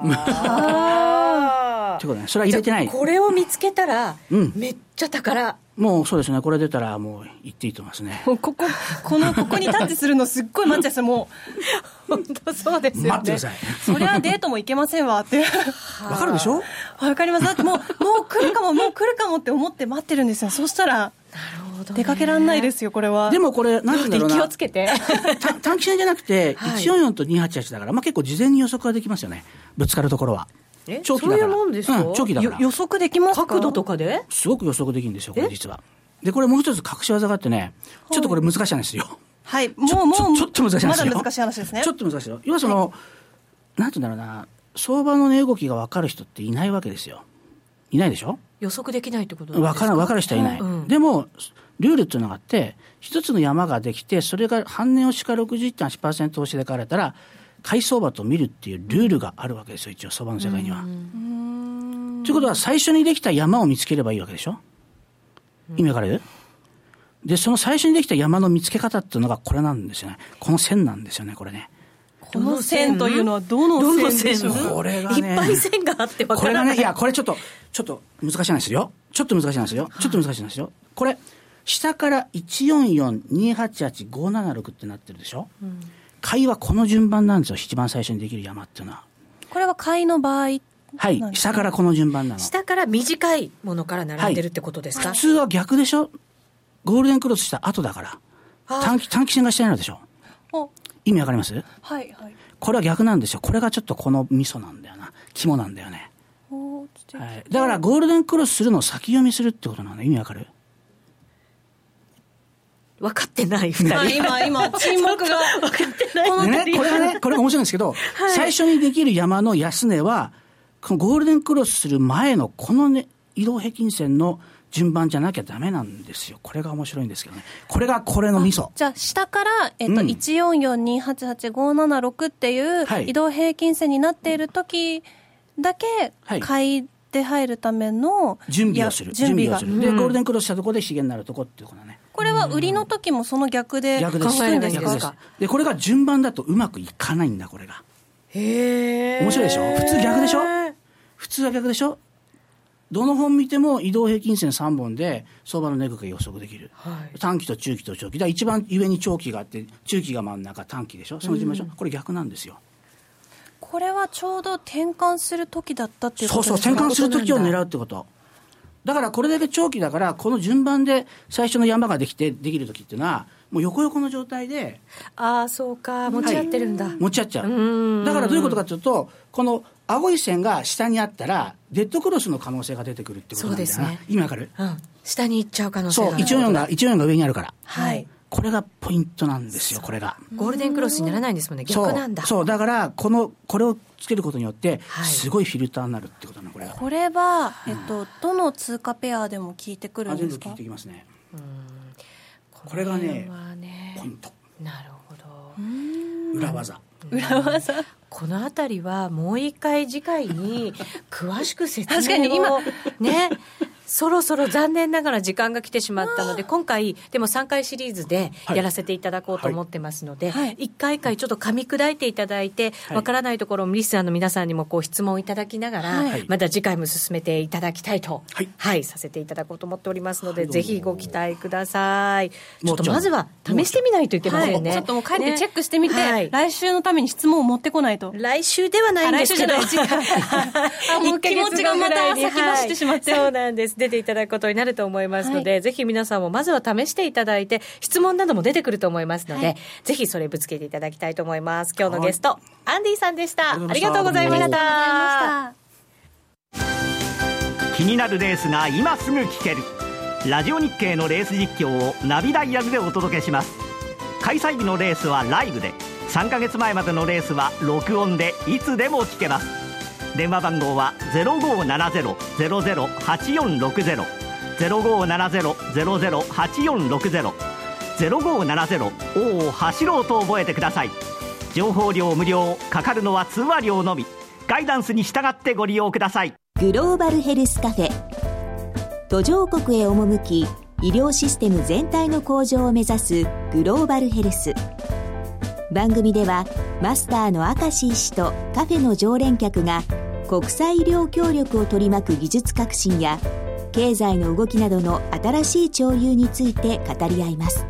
Speaker 1: あ
Speaker 8: ということね、それは入れてない。
Speaker 1: これを見つけたら、
Speaker 8: うん
Speaker 1: めっちゃ宝
Speaker 8: もうそうですね、これ出たらもう言っていいと思いますね。
Speaker 5: もう こここのここにタッチするのすっごい待っちゃいますもう本当そうですよね
Speaker 8: 待ってください
Speaker 5: そりゃデートも行けませんわって
Speaker 8: わかるでしょ
Speaker 5: わかりますだってもうもう来るかももう来るかもって思って待ってるんですよそしたら出かけらんないですよこれは
Speaker 8: でもこれ、なんて 言うんだろうな。
Speaker 5: けて
Speaker 8: た 短期戦じゃなくて、
Speaker 1: はい
Speaker 8: 144と288だから、まあ、結構事前に予測ができますよね、ぶつかるところは。
Speaker 1: え
Speaker 8: 長期だか
Speaker 1: そ
Speaker 8: ら
Speaker 1: ういうもんですか
Speaker 8: うん長期だか
Speaker 5: よ
Speaker 8: ら
Speaker 5: 予測できますか
Speaker 1: 角度とかで、
Speaker 8: すごく予測できるんですよ、これ実は。で、これもう一つ隠し技があってね、ちょっとこれ難しい話ですよ。
Speaker 5: はい
Speaker 8: ち
Speaker 5: も
Speaker 8: ょ
Speaker 5: うもう
Speaker 8: ちょちょっと難しい
Speaker 5: ま
Speaker 8: 話
Speaker 5: だ
Speaker 8: よ
Speaker 5: 難しい話ですね
Speaker 8: ちょっと難しいよ。要はその、なんて言うんだろうな、相場の値動きが分かる人っていないわけですよ。いないでしょ
Speaker 1: 予測できないってことなんで
Speaker 8: 分
Speaker 1: すか
Speaker 8: かる分かる人はいない、
Speaker 1: うん
Speaker 8: でもルールっていうのがあって一つの山ができてそれが半年押しか60.8%押しで買われたら買い相場と見るっていうルールがあるわけですよ一応相場の世界には。ということは最初にできた山を見つければいいわけでしょ意味わかる、でその最初にできた山の見つけ方っていうのがこれなんですよねこの線なんですよねこれね。
Speaker 5: この線というのはどの線でしょう
Speaker 8: これが
Speaker 1: い
Speaker 8: ね
Speaker 1: っぱい線があってわ
Speaker 8: こ
Speaker 1: か
Speaker 8: れ
Speaker 1: ら
Speaker 8: が
Speaker 1: な
Speaker 8: ね、
Speaker 1: い
Speaker 8: いや、これちょっと、ちょっと難しいんですよ。ちょっと難しいんですよ。ちょっと難しいんですよ。これ、下から144、288、576ってなってるでしょ、買いはこの順番なんですよ一番最初にできる山っていうのは
Speaker 5: これは買いの場合
Speaker 8: はい
Speaker 5: なんです
Speaker 8: 下からこの順番なの
Speaker 1: 下から短いものから並んでるってことですか、
Speaker 8: 普通は逆でしょゴールデンクロスした後だから
Speaker 1: あ
Speaker 8: 短期短期戦がしてないのでしょ
Speaker 5: お
Speaker 8: 意味わかります
Speaker 5: はいはい
Speaker 8: これは逆なんですよこれがちょっとこのミソなんだよな肝なんだよね、
Speaker 5: おーちょっと
Speaker 8: はい、だからゴールデンクロスするのを先読みするってことなの意味わかる
Speaker 1: 分かってない2人、
Speaker 5: あ今今沈黙がこの
Speaker 8: で
Speaker 5: 辺
Speaker 8: ね、
Speaker 5: り
Speaker 8: これはね、これが面白いんです けど、最初にできる山の安値は、このゴールデンクロスする前のこのね、移動平均線の順番じゃなきゃダメなんですよ。これが面白いんですけどね。これがこれのミソ。
Speaker 5: じゃあ下から、えっと
Speaker 8: うん
Speaker 5: 14428856っていう
Speaker 8: はい
Speaker 5: 移動平均線になっている時だけ
Speaker 8: はい
Speaker 5: 買いで入るための
Speaker 8: 準備をする。
Speaker 5: いや準備が
Speaker 8: をする。で、ゴールデンクロスしたとこでヒゲになるとこっていうことだね。
Speaker 5: これは売りの時もその逆で
Speaker 8: 逆です。
Speaker 5: 考えるんです
Speaker 8: 逆
Speaker 5: か
Speaker 8: です。で、これが順番だとうまくいかないんだ、これが。
Speaker 1: へえ
Speaker 8: 面白いでしょ普通逆でしょ普通は逆でしょどの本見ても移動平均線3本で相場の値動きが予測できる、
Speaker 1: はい
Speaker 8: 短期と中期と長期だから一番上に長期があって中期が真ん中短期でしょその順番でしょ、これ逆なんですよ
Speaker 5: これはちょうど転換する時だったっていう
Speaker 8: そ
Speaker 5: こ
Speaker 8: う
Speaker 5: と
Speaker 8: そう
Speaker 5: ですか
Speaker 8: 転換する時を
Speaker 1: そういうことなん
Speaker 8: 狙うってことだからこれだけ長期だからこの順番で最初の山ができてできる時っていうのはもう横横の状態で
Speaker 1: ああそうか持ち合ってるんだ、
Speaker 8: 持ち合っちゃ
Speaker 1: う
Speaker 8: うだからどういうことかというとこの青い線が下にあったらデッドクロスの可能性が出てくるってことなんだよな
Speaker 1: そうですね
Speaker 8: 意味わかる
Speaker 1: うん、下に行っちゃう可能性
Speaker 8: そう、
Speaker 1: がある
Speaker 8: 144が、144が上にあるから。
Speaker 1: はい
Speaker 8: これがポイントなんですよ、これが。
Speaker 1: ゴールデンクロスにならないんですもんね
Speaker 8: そう
Speaker 1: 逆なんだ
Speaker 8: そう、だから、この、これをつけることによって
Speaker 1: は、い
Speaker 8: すごいフィルターになるってことなの、これが。
Speaker 5: これは、えっと、どの通貨ペアでも効いてくる
Speaker 8: あ
Speaker 5: ん
Speaker 8: 全
Speaker 5: で
Speaker 8: 部
Speaker 5: す
Speaker 8: 聞い
Speaker 5: か
Speaker 8: てきますね。
Speaker 1: こ
Speaker 8: これがね
Speaker 1: はね
Speaker 8: ポイント。
Speaker 1: なるほど
Speaker 8: 裏技。
Speaker 5: 裏技
Speaker 1: この辺りはもう一回次回に詳しく説明を
Speaker 5: 確かに今
Speaker 1: ねそろそろ残念ながら時間が来てしまったので今回でも3回シリーズで
Speaker 8: はい
Speaker 1: やらせていただこうと思ってますので、
Speaker 5: はいはい
Speaker 1: 一回一回ちょっと噛み砕いていただいて
Speaker 8: はい
Speaker 1: わからないところもリスナーの皆さんにもこう質問をいただきながら、
Speaker 8: はい
Speaker 1: また次回も進めていただきたいと、は
Speaker 8: はいい
Speaker 1: させていただこうと思っておりますので、
Speaker 8: はいどうも
Speaker 1: ぜひご期待くださいちょ
Speaker 8: も
Speaker 1: っ
Speaker 8: う
Speaker 1: と
Speaker 8: ちょい
Speaker 1: まずは試してみないといけま
Speaker 5: は
Speaker 1: せ
Speaker 5: い、
Speaker 1: んね、
Speaker 5: ちょっともう帰ってチェックしてみて、
Speaker 1: ねはい
Speaker 5: 来週のために質問を持ってこないと。
Speaker 1: 来週ではないんですけど、
Speaker 5: あ来週じゃないあもう
Speaker 1: 1ヶ月後
Speaker 5: 気持ちがまた
Speaker 1: ぐらいに
Speaker 5: 先走ってしまって
Speaker 1: はいそうなんです。出ていただくことになると思いますので、ぜひ皆さんもまずは試していただいて、質問なども出てくると思いますので、ぜひそれぶつけていただきたいと思います。今日のゲスト、アンディさんでした。あ
Speaker 8: あ
Speaker 1: り
Speaker 8: り
Speaker 1: が
Speaker 8: が
Speaker 1: と
Speaker 8: と
Speaker 1: うご
Speaker 8: うご
Speaker 1: ざ
Speaker 8: ざ
Speaker 1: い
Speaker 8: い
Speaker 1: ま
Speaker 8: ま
Speaker 1: し。
Speaker 8: したた
Speaker 6: 気になるレースが今すぐ聞けるラジオ日経のレース実況をナビダイヤルでお届けします開催日のレースはライブで3ヶ月前までのレースは録音でいつでも聞けます電話番号は0570-008460 0570-008460 0570を走ろうと覚えてください情報量無料かかるのは通話料のみガイダンスに従ってご利用ください
Speaker 9: グローバルヘルスカフェ途上国へ赴き医療システム全体の向上を目指すグローバルヘルス番組ではマスターの明石医師とカフェの常連客が国際医療協力を取り巻く技術革新や経済の動きなどの新しい潮流について語り合います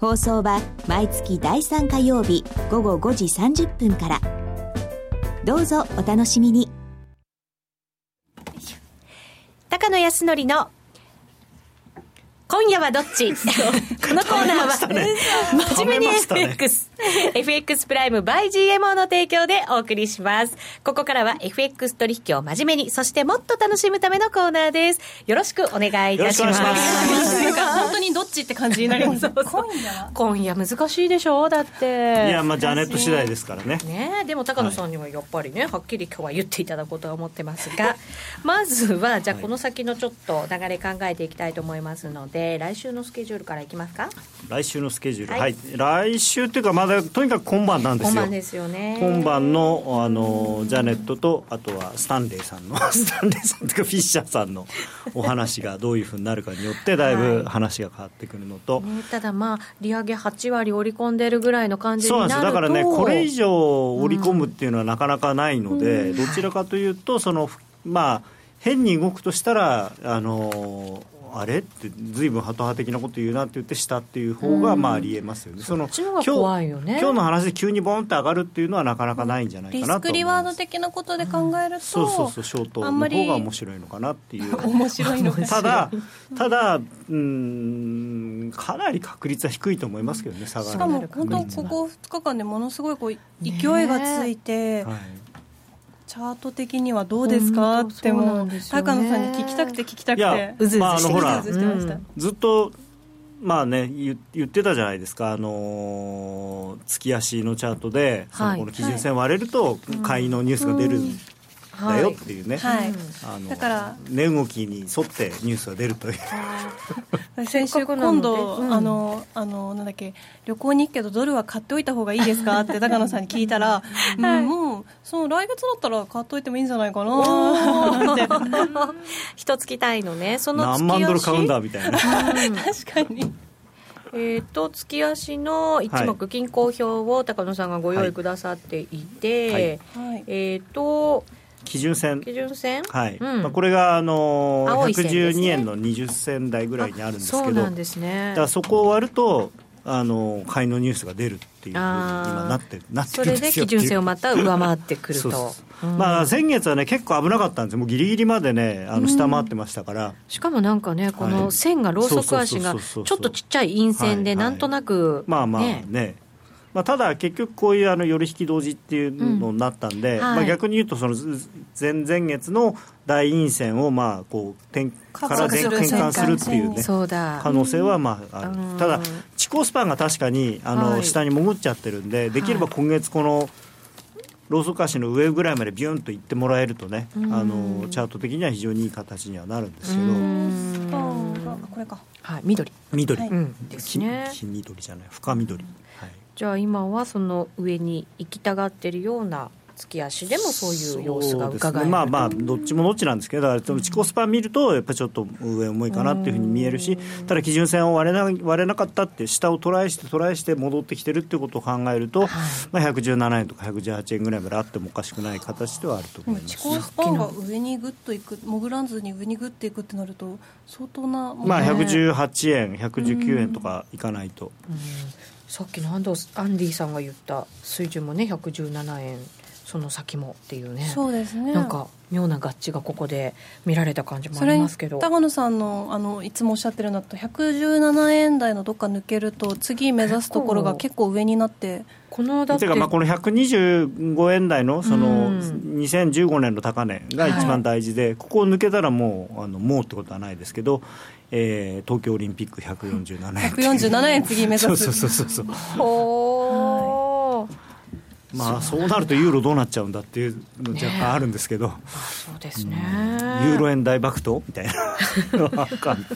Speaker 9: 放送は毎月第3火曜日午後5時30分からどうぞお楽しみに
Speaker 1: 高野康則の今夜はどっちこのコーナーは、真面目に
Speaker 2: 噛めましたね
Speaker 1: FX、FX プライム by GMO の提供でお送りします。ここからは FX 取引を真面目に、そしてもっと楽しむためのコーナーです。よろしくお願いいたします。
Speaker 2: よろしくお願いし
Speaker 5: なんか本当にどっちって感じになりま す。今夜は
Speaker 1: 今夜難しいでしょだって。
Speaker 2: いや、まあ、ジャネット次第ですからね。
Speaker 1: ねえでも高野さんにはやっぱりね、はっきり今日は言っていただこうとは思ってますが まずはじゃあこの先のちょっと流れ考えていきたいと思いますので来週のスケジュールからいきますか
Speaker 2: 来週のスケジュール、
Speaker 1: はい
Speaker 2: はい、来週っていうか、まだとにかく今晩なんですよ。
Speaker 1: 今晩ですよね
Speaker 2: 今晩のあのジャネットとあとはスタンレーさ んのスタンレーさんというかフィッシャーさんのお話がどういうふうになるかによってだい
Speaker 1: はい
Speaker 2: ぶ話が変わってくるのと、
Speaker 1: ねただまあ利上げ8割織り込んでるぐらいの感じ
Speaker 2: そうな
Speaker 1: に
Speaker 2: んで
Speaker 1: な
Speaker 2: す
Speaker 1: ると
Speaker 2: だからねこれ以上織り込むっていうのはなかなかないので、どちらかというとそのまあ変に動くとしたらあのあれってずいぶんハト派的なこと言うなって言ってしたっていう方がまあありえますよね、その
Speaker 1: ちの方が怖いよね
Speaker 2: 今日今日の話で急にボンって上がるっていうのはなかなかないんじゃないか
Speaker 5: リ
Speaker 2: なと
Speaker 5: スクリワー
Speaker 2: 思いま
Speaker 5: ド
Speaker 2: す
Speaker 5: 的なことで考えると、
Speaker 2: そうそうそうショート
Speaker 5: あ
Speaker 2: の
Speaker 5: んまり
Speaker 2: 方が面白いのかなっていう
Speaker 5: 面白いのかしら
Speaker 2: ただただうーんかなり確率は低いと思いますけどね下がる
Speaker 5: しかも本当ここ2日間でものすごいこう勢いがついて、
Speaker 2: はい
Speaker 5: チャート的にはどうですか
Speaker 4: うん
Speaker 5: って
Speaker 4: そうな
Speaker 5: も
Speaker 4: ん
Speaker 5: う
Speaker 4: ですよね
Speaker 5: 高野さんに聞きたくて聞きたく
Speaker 2: いや
Speaker 5: て
Speaker 1: うずうずして
Speaker 2: まああのほら
Speaker 5: うずうずしてました、
Speaker 1: うん
Speaker 2: ずっとまあね言言ってたじゃないですか、あのー月足のチャートで、そ
Speaker 1: は
Speaker 2: の
Speaker 1: い
Speaker 2: この基準線割れると、買いのニュースが出るんだよっていうね、
Speaker 5: はい、
Speaker 2: あの
Speaker 5: だから
Speaker 2: 値動きに沿ってニュースが出るという、
Speaker 5: 先
Speaker 1: 過
Speaker 5: 週
Speaker 1: 去なの
Speaker 5: 今
Speaker 1: で
Speaker 5: 度、
Speaker 1: うん
Speaker 5: あのあのなんだっけ旅行に行くけどドルは買っておいた方がいいですか って高野さんに聞いたら、うんもうその来月だったら買っといてもいいんじゃないかなって
Speaker 1: 一月単位のねその月
Speaker 2: 何万ドル買うんだ
Speaker 1: 足
Speaker 2: みたいな、
Speaker 5: 確かに
Speaker 1: えー、と月足の一目均衡表を高野さんがご用意くださっていて、
Speaker 2: はい
Speaker 5: はい
Speaker 1: えー、と
Speaker 2: 基準線、
Speaker 1: 基準線
Speaker 2: はい
Speaker 1: うん
Speaker 2: まあ、これが、あの
Speaker 1: 青
Speaker 2: ー
Speaker 1: い線です
Speaker 2: 112
Speaker 1: ね
Speaker 2: 円の20銭台ぐらいにあるんですけ
Speaker 1: そう
Speaker 2: ど、
Speaker 1: なんですね
Speaker 2: だからそこを割ると、あのー買いのニュースが出るっていうふうに今なってなって
Speaker 1: そ
Speaker 2: るん
Speaker 1: れ
Speaker 2: で
Speaker 1: です
Speaker 2: よ
Speaker 1: 基
Speaker 2: っていう
Speaker 1: 準線をまた上回ってくる
Speaker 2: そう
Speaker 1: と
Speaker 2: そうそうまあ、先月はね結構危なかったんですよもうギリギリまでねあの下回ってましたから、
Speaker 1: しかもなんかねこ
Speaker 2: は
Speaker 1: の
Speaker 2: い
Speaker 1: 線がローソク足が
Speaker 2: そうそうそう
Speaker 1: ち
Speaker 2: そ
Speaker 1: ょっ
Speaker 2: うそ
Speaker 1: と
Speaker 2: う
Speaker 1: ちっちゃい陰線
Speaker 2: は
Speaker 1: で
Speaker 2: いはい
Speaker 1: なんとなく
Speaker 2: まあまあね
Speaker 1: ね
Speaker 2: まあ、ただ結局こういうあの寄り引き同時っていうのになったんで、
Speaker 1: うんはい
Speaker 2: まあ、逆に言うとそのず前前月の大陰線をまあこう転から転
Speaker 5: 転換
Speaker 2: 転換するっていうね
Speaker 1: そうだ
Speaker 2: 可能性はまあある
Speaker 1: うん
Speaker 2: ただ地高スパンが確かにあ
Speaker 1: は
Speaker 2: の
Speaker 1: い
Speaker 2: 下に潜っちゃってるんでできれば今月このローソク足の上ぐらいまでビュンと行ってもらえるとねあのチャート的には非常にいい形にはなるんですけど
Speaker 5: スパンがこれか
Speaker 1: はい緑
Speaker 2: 緑、
Speaker 5: はい
Speaker 1: うん
Speaker 2: き
Speaker 1: ですね
Speaker 2: 黄緑じゃない深緑、はい
Speaker 1: じゃあ今はその上に行きたがってるような月足でもそういう様子が
Speaker 2: そう
Speaker 1: 伺
Speaker 2: で
Speaker 1: える
Speaker 2: すねまあまあどっちもどっちなんですけどだからその自己スパン見るとやっぱりちょっと上重いかなっていうふうに見えるしただ基準線を割れな割れなかったって下をトライしてトライして戻ってきてるってことを考えると、まあ、117円とか118円ぐらいまであってもおかしくない形ではあると思いま
Speaker 5: 地
Speaker 2: す、
Speaker 5: 高スパンが上にグッといく潜らずに上にグッといくってなると相当な
Speaker 2: まあ118円119円とかいかないと、
Speaker 1: さっきの安藤アンディさんが言った水準もね117円その先もっていうね
Speaker 5: そうですね
Speaker 1: なんか妙な合致がここで見られた感じもあ
Speaker 5: それ
Speaker 1: り
Speaker 5: に
Speaker 1: ますけど
Speaker 5: 高野さんのあのいつもおっしゃってるのだと117円台のどっか抜けると次目指すところが結構上になって
Speaker 1: このだって
Speaker 2: てかまあこの125円台のそうの
Speaker 1: ん
Speaker 2: 2015年の高値が一番大事で、ここを抜けたらもうあのもうってことはないですけど、えー東京オリンピック147円
Speaker 5: 147 円次目指す
Speaker 2: そうそうそうそうそう
Speaker 1: ほー
Speaker 2: まあそうなるとユーロどうなっちゃうんだっていうの若干あるんですけど、
Speaker 1: そうですね
Speaker 2: ユーロ円大爆投みたいなわかんない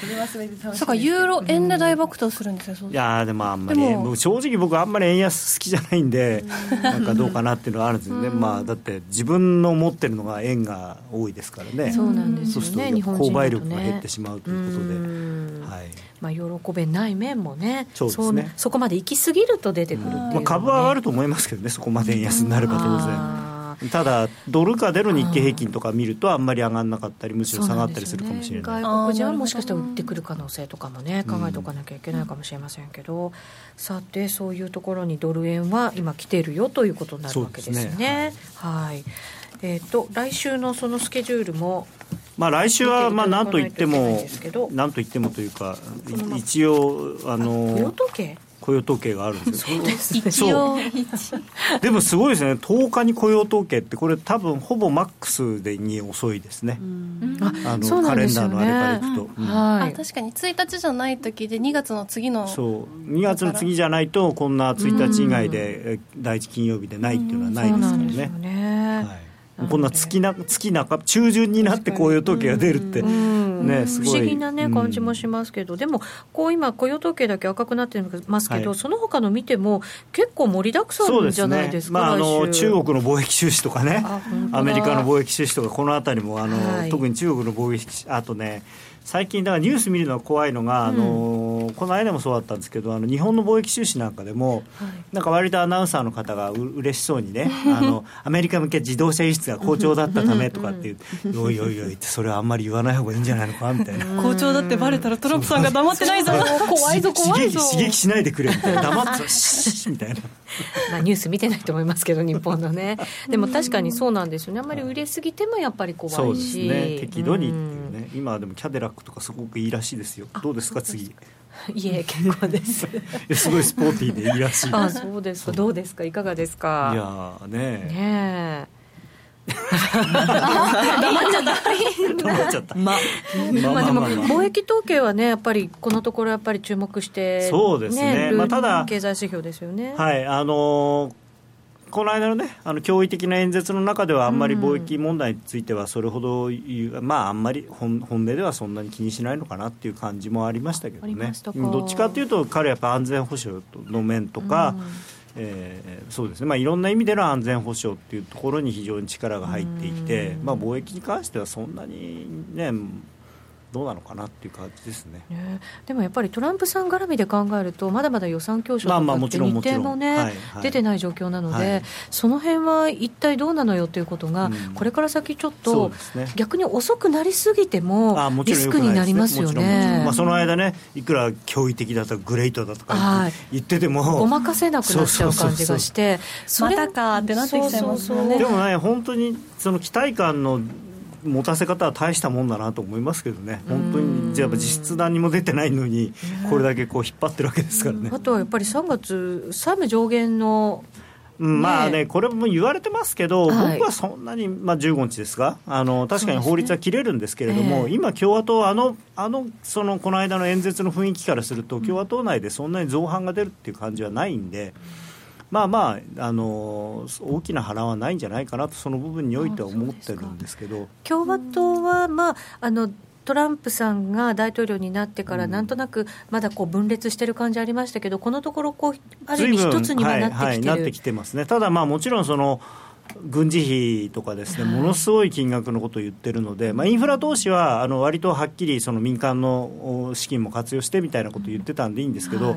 Speaker 3: それはそれで楽し
Speaker 5: そうかユーロ円で大爆投するんですよ、そう
Speaker 2: いやーでもあんまり
Speaker 5: でも
Speaker 2: 僕正直僕あんまり円安好きじゃないんでなんかどうかなっていうのはあるんですよね、まあだって自分の持ってるのが円が多いですからね
Speaker 1: そうなんです
Speaker 2: そう
Speaker 1: よ
Speaker 2: する
Speaker 1: ね
Speaker 2: と
Speaker 1: 日本人だとね
Speaker 2: 購買力が減ってしまうということで、
Speaker 1: うん
Speaker 2: はい
Speaker 1: まあ喜べない面もね
Speaker 2: そうですね
Speaker 1: なそこまで行き過ぎると出てくるっていうのね、
Speaker 2: まあ、株は上がると思いますけどね、そこまで円安になれば当
Speaker 1: あー
Speaker 2: 然、ただ、ドル価での日経平均とか見ると、あんまり上がらなかったり、むしろ下がったりするかもしれない。
Speaker 1: そうなんですよね外国人はもしかしたら売ってくる可能性とかもね考えておかなきゃいけないかもしれませんけど、さてそういうところにドル円は今来てるよということになるわけですね
Speaker 2: そうですね
Speaker 1: はい、えっ、と来週のそのスケジュールも
Speaker 2: まあ、来週はまあなんといって
Speaker 1: 見て
Speaker 2: も
Speaker 1: いただかないといけないんですけど、
Speaker 2: なんといってもというか、
Speaker 1: のまま
Speaker 2: い一応、
Speaker 1: 雇用
Speaker 2: あの
Speaker 1: 統計
Speaker 2: 雇用統計があるんですよ。
Speaker 5: 一応
Speaker 2: そうでもすごいですね、10日に雇用統計って、これ、多分ほぼマックスでに遅いですね、あ
Speaker 1: そ
Speaker 2: の
Speaker 1: うな
Speaker 2: カ
Speaker 1: ん
Speaker 2: レ
Speaker 1: で
Speaker 2: ン
Speaker 1: す
Speaker 2: ダ
Speaker 1: よ
Speaker 2: ー
Speaker 1: ね
Speaker 2: のあれからいくと。うん
Speaker 1: は
Speaker 5: あ
Speaker 1: い
Speaker 5: 確かに1日じゃない時で2月の次の
Speaker 2: そう2月の次じゃないとこんな1日以外で、え第一金曜日でないっていうのはない
Speaker 1: そう
Speaker 2: です
Speaker 1: な
Speaker 2: から
Speaker 1: んですよ
Speaker 2: ね。
Speaker 1: ね、
Speaker 2: はい、こんな月な月中中旬になってこういう時が出るって、
Speaker 1: うん
Speaker 2: ねす
Speaker 1: 不
Speaker 2: ごい
Speaker 1: 思議な、ね、
Speaker 2: うん
Speaker 1: 感じもしますけど、でもこう今、雇用統計だけ赤くなってますけど、
Speaker 2: はい
Speaker 1: その他の見ても結構盛りだくさ
Speaker 2: そうんで
Speaker 1: じ
Speaker 2: す
Speaker 1: ゃない
Speaker 2: ね
Speaker 1: ですか、
Speaker 2: まあ、あ
Speaker 1: 来
Speaker 2: の
Speaker 1: 週
Speaker 2: 中国の貿易収支とかね
Speaker 1: あ本当だ
Speaker 2: アメリカの貿易収支とかこの辺りもあの、
Speaker 1: はい
Speaker 2: 特に中国の貿易収支あとね最近だからニュース見るのが怖いのが、あののこの間もそうだったんですけどあの日本の貿易収支なんかでも、なんか割とアナウンサーの方がう嬉しそうにねあのアメリカ向け自動車輸出が好調だったためとかっていう「おいおいおい」ってそれはあんまり言わない方がいいんじゃないのかみたいな。
Speaker 5: 校長だってバレたらトランプさんが黙ってないぞ
Speaker 4: 怖いぞ怖いぞ
Speaker 2: 刺激刺激しないでくれみたいな黙ってシーッみたいな
Speaker 1: まあ、ニュース見てないと思いますけど、日本の ね、でも確かにそうなんですよね、あんまり売れすぎてもやっぱり怖いし、
Speaker 2: そうですね適度にって
Speaker 1: う
Speaker 2: いうんね今でもキャデラックとかすごくいいらしいですよどうですか次い
Speaker 1: いえ、結構 です、
Speaker 2: やすごいスポーティーでいいらしいい
Speaker 1: あ
Speaker 2: や
Speaker 1: そうですか、どうですか、いかがですか。
Speaker 2: ーね
Speaker 1: ね
Speaker 2: 黙っちゃった
Speaker 1: えま
Speaker 2: まあ
Speaker 1: まあでも
Speaker 2: まあまあ
Speaker 1: 貿易統計はねやっぱりこのところやっぱり注目して
Speaker 2: そうですね
Speaker 1: ルー
Speaker 2: まあただ
Speaker 1: 経済指標ですよね。
Speaker 2: はいあのーこの間のね、あの驚異的な演説の中では、あんまり貿易問題については、それほど言う、まあ、あんまり本本音ではそんなに気にしないのかなっていう感じもありましたけど
Speaker 1: あり
Speaker 2: ね
Speaker 1: まし、たか
Speaker 2: どっちかというと、彼はやっぱ安全保障の面とか、えーそうですね、まあ、いろんな意味での安全保障っていうところに非常に力が入っていて、まあ、貿易に関してはそんなにね、どうなのかなっていう感じですね。
Speaker 1: ねでもやっぱりトランプさん絡みで考えるとまだまだ予算協商と
Speaker 2: まあま
Speaker 1: か
Speaker 2: あも
Speaker 1: って
Speaker 2: ちろん
Speaker 1: 日程もね、
Speaker 2: もちろんはいはい
Speaker 1: 出てない状況なので、
Speaker 2: はい
Speaker 1: その辺は一体どうなのよということが、
Speaker 2: うん
Speaker 1: これから先ちょっ
Speaker 2: そ
Speaker 1: と
Speaker 2: うですね
Speaker 1: 逆に遅くなりすぎても
Speaker 2: あもち
Speaker 1: リ
Speaker 2: ろん
Speaker 1: ス
Speaker 2: 良
Speaker 1: ク
Speaker 2: く
Speaker 1: にな
Speaker 2: な
Speaker 1: り
Speaker 2: い
Speaker 1: ま
Speaker 2: です
Speaker 1: す
Speaker 2: ね
Speaker 1: よ
Speaker 2: もちろんもちろ
Speaker 1: ね
Speaker 2: んまあ、その間ねいくら驚異的だとかグレートだと
Speaker 1: は
Speaker 2: か
Speaker 1: い
Speaker 2: 言ってても、
Speaker 1: ごまかせなくなっちゃう感じがして
Speaker 5: そうそうそう
Speaker 1: れ
Speaker 5: またかってなってきちゃいますもんね
Speaker 2: でもね本当にその期待感の持たせ方は大したもんだなと思いますけどね本当にやっぱ実質何も出てないのにこれだけこう引っ張ってるわけですからね
Speaker 1: あ、とはやっぱり3月債務上限の
Speaker 2: うんまあ
Speaker 1: ね
Speaker 2: ねこれも言われてますけど、
Speaker 1: はい
Speaker 2: 僕はそんなに、まあ、15日ですがあの確かに法律は切れるんですけれども、
Speaker 1: ええ
Speaker 2: 今共和党はあのあのそのこの間の演説の雰囲気からすると共和党内でそんなに造反が出るっていう感じはないんで。まあまあ、あの大きな波乱はないんじゃないかなとその部分においては思ってるんですけど
Speaker 1: 共和党は、まあ、あのトランプさんが大統領になってから、
Speaker 2: うん
Speaker 1: なんとなくまだこう分裂してる感じありましたけど、このところこう、ある意味、
Speaker 2: 随分
Speaker 1: 一つにはな
Speaker 2: はい
Speaker 1: ってきてる、
Speaker 2: はいなってきてますね、ただ、まあ、もちろんその軍事費とかですね、ものすごい金額のことを言ってるので、まあ、インフラ投資はあの割とはっきりその民間のお資金も活用してみたいなことを言ってたんでいいんですけど、
Speaker 1: はい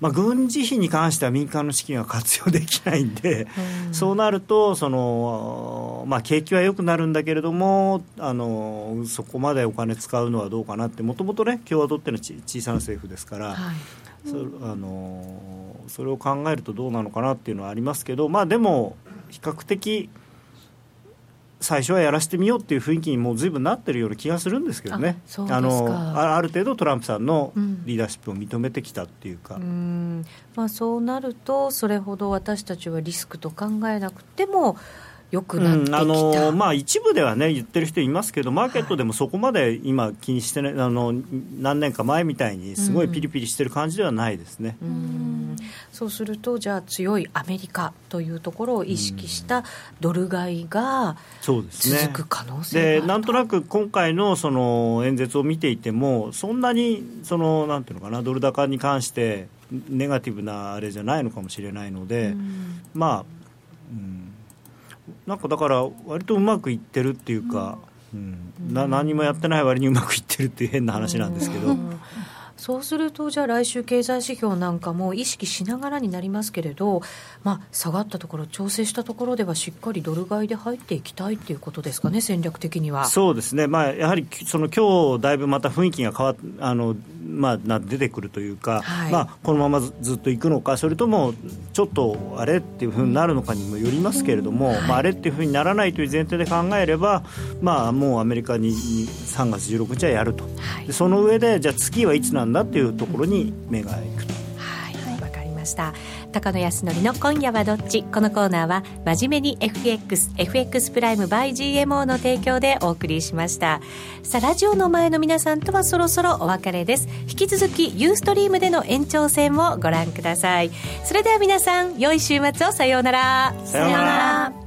Speaker 2: まあ、軍事費に関しては民間の資金は活用できないんで、そうなるとその、まあ、景気は良くなるんだけれどもあの、そこまでお金使うのはどうかなって、もともとね、共和党っていうのはち小さな政府ですか
Speaker 1: は
Speaker 2: ら。
Speaker 1: い
Speaker 2: それあのーそれを考えるとどうなのかなっていうのはありますけど、まあ、でも、比較的最初はやらせてみようっていう雰囲気にもうずいぶんなってるような気がするんですけどね
Speaker 1: あそうですか
Speaker 2: あのあある程度トランプさんの
Speaker 1: うん
Speaker 2: リーダーシップを認めてきたっていうか、
Speaker 1: うんまあ、そうなると、それほど私たちはリスクと考えなくてもよくなってき
Speaker 2: うん
Speaker 1: た。
Speaker 2: あのーまあ、一部ではね言ってる人いますけどマーケットでもそこまで今気にして、ねあの何年か前みたいにすごいピリピリしてる感じではないですね。
Speaker 1: うんそうすると、じゃあ強いアメリカというところを意識したドル買いが
Speaker 2: そうですね
Speaker 1: 続く可能性がある
Speaker 2: でなんとなく今回のその演説を見ていても、そんなにそのなんていうのかな、ドル高に関してネガティブなあれじゃないのかもしれないので、まあ、うん、なんかだから、割とうまくいってるっていうか、うんな、何もやってない割にうまくいってるっていう変な話なんですけど、
Speaker 1: そうすると、じゃあ来週、経済指標なんかも意識しながらになりますけれど、まあ、下がったところ、調整したところでは、しっかりドル買いで入っていきたいということですかね、戦略的には。
Speaker 2: そうですね、まあ、やはりその今日だいぶまた雰囲気が変わっあの、まあ、な出てくるというか、
Speaker 1: はい
Speaker 2: まあ、このままずずっと行くのか、それともちょっとあれっていうふうになるのかにもよりますけれども、まあ、あれっていうふうにならないという前提で考えれば、まあ、もうアメリカに3月16日はやると、
Speaker 1: はい
Speaker 2: でその上で、じゃあ次はいつなんだっていうところに目が行くと。
Speaker 1: はい、わかりました。高野康則の今夜はどっちこのコーナーは真面目に FX、FX プライム by GMO の提供でお送りしました。さあ、ラジオの前の皆さんとはそろそろお別れです。引き続き Ustream での延長戦をご覧ください。それでは皆さん、良い週末をさようなら。
Speaker 2: さようなら。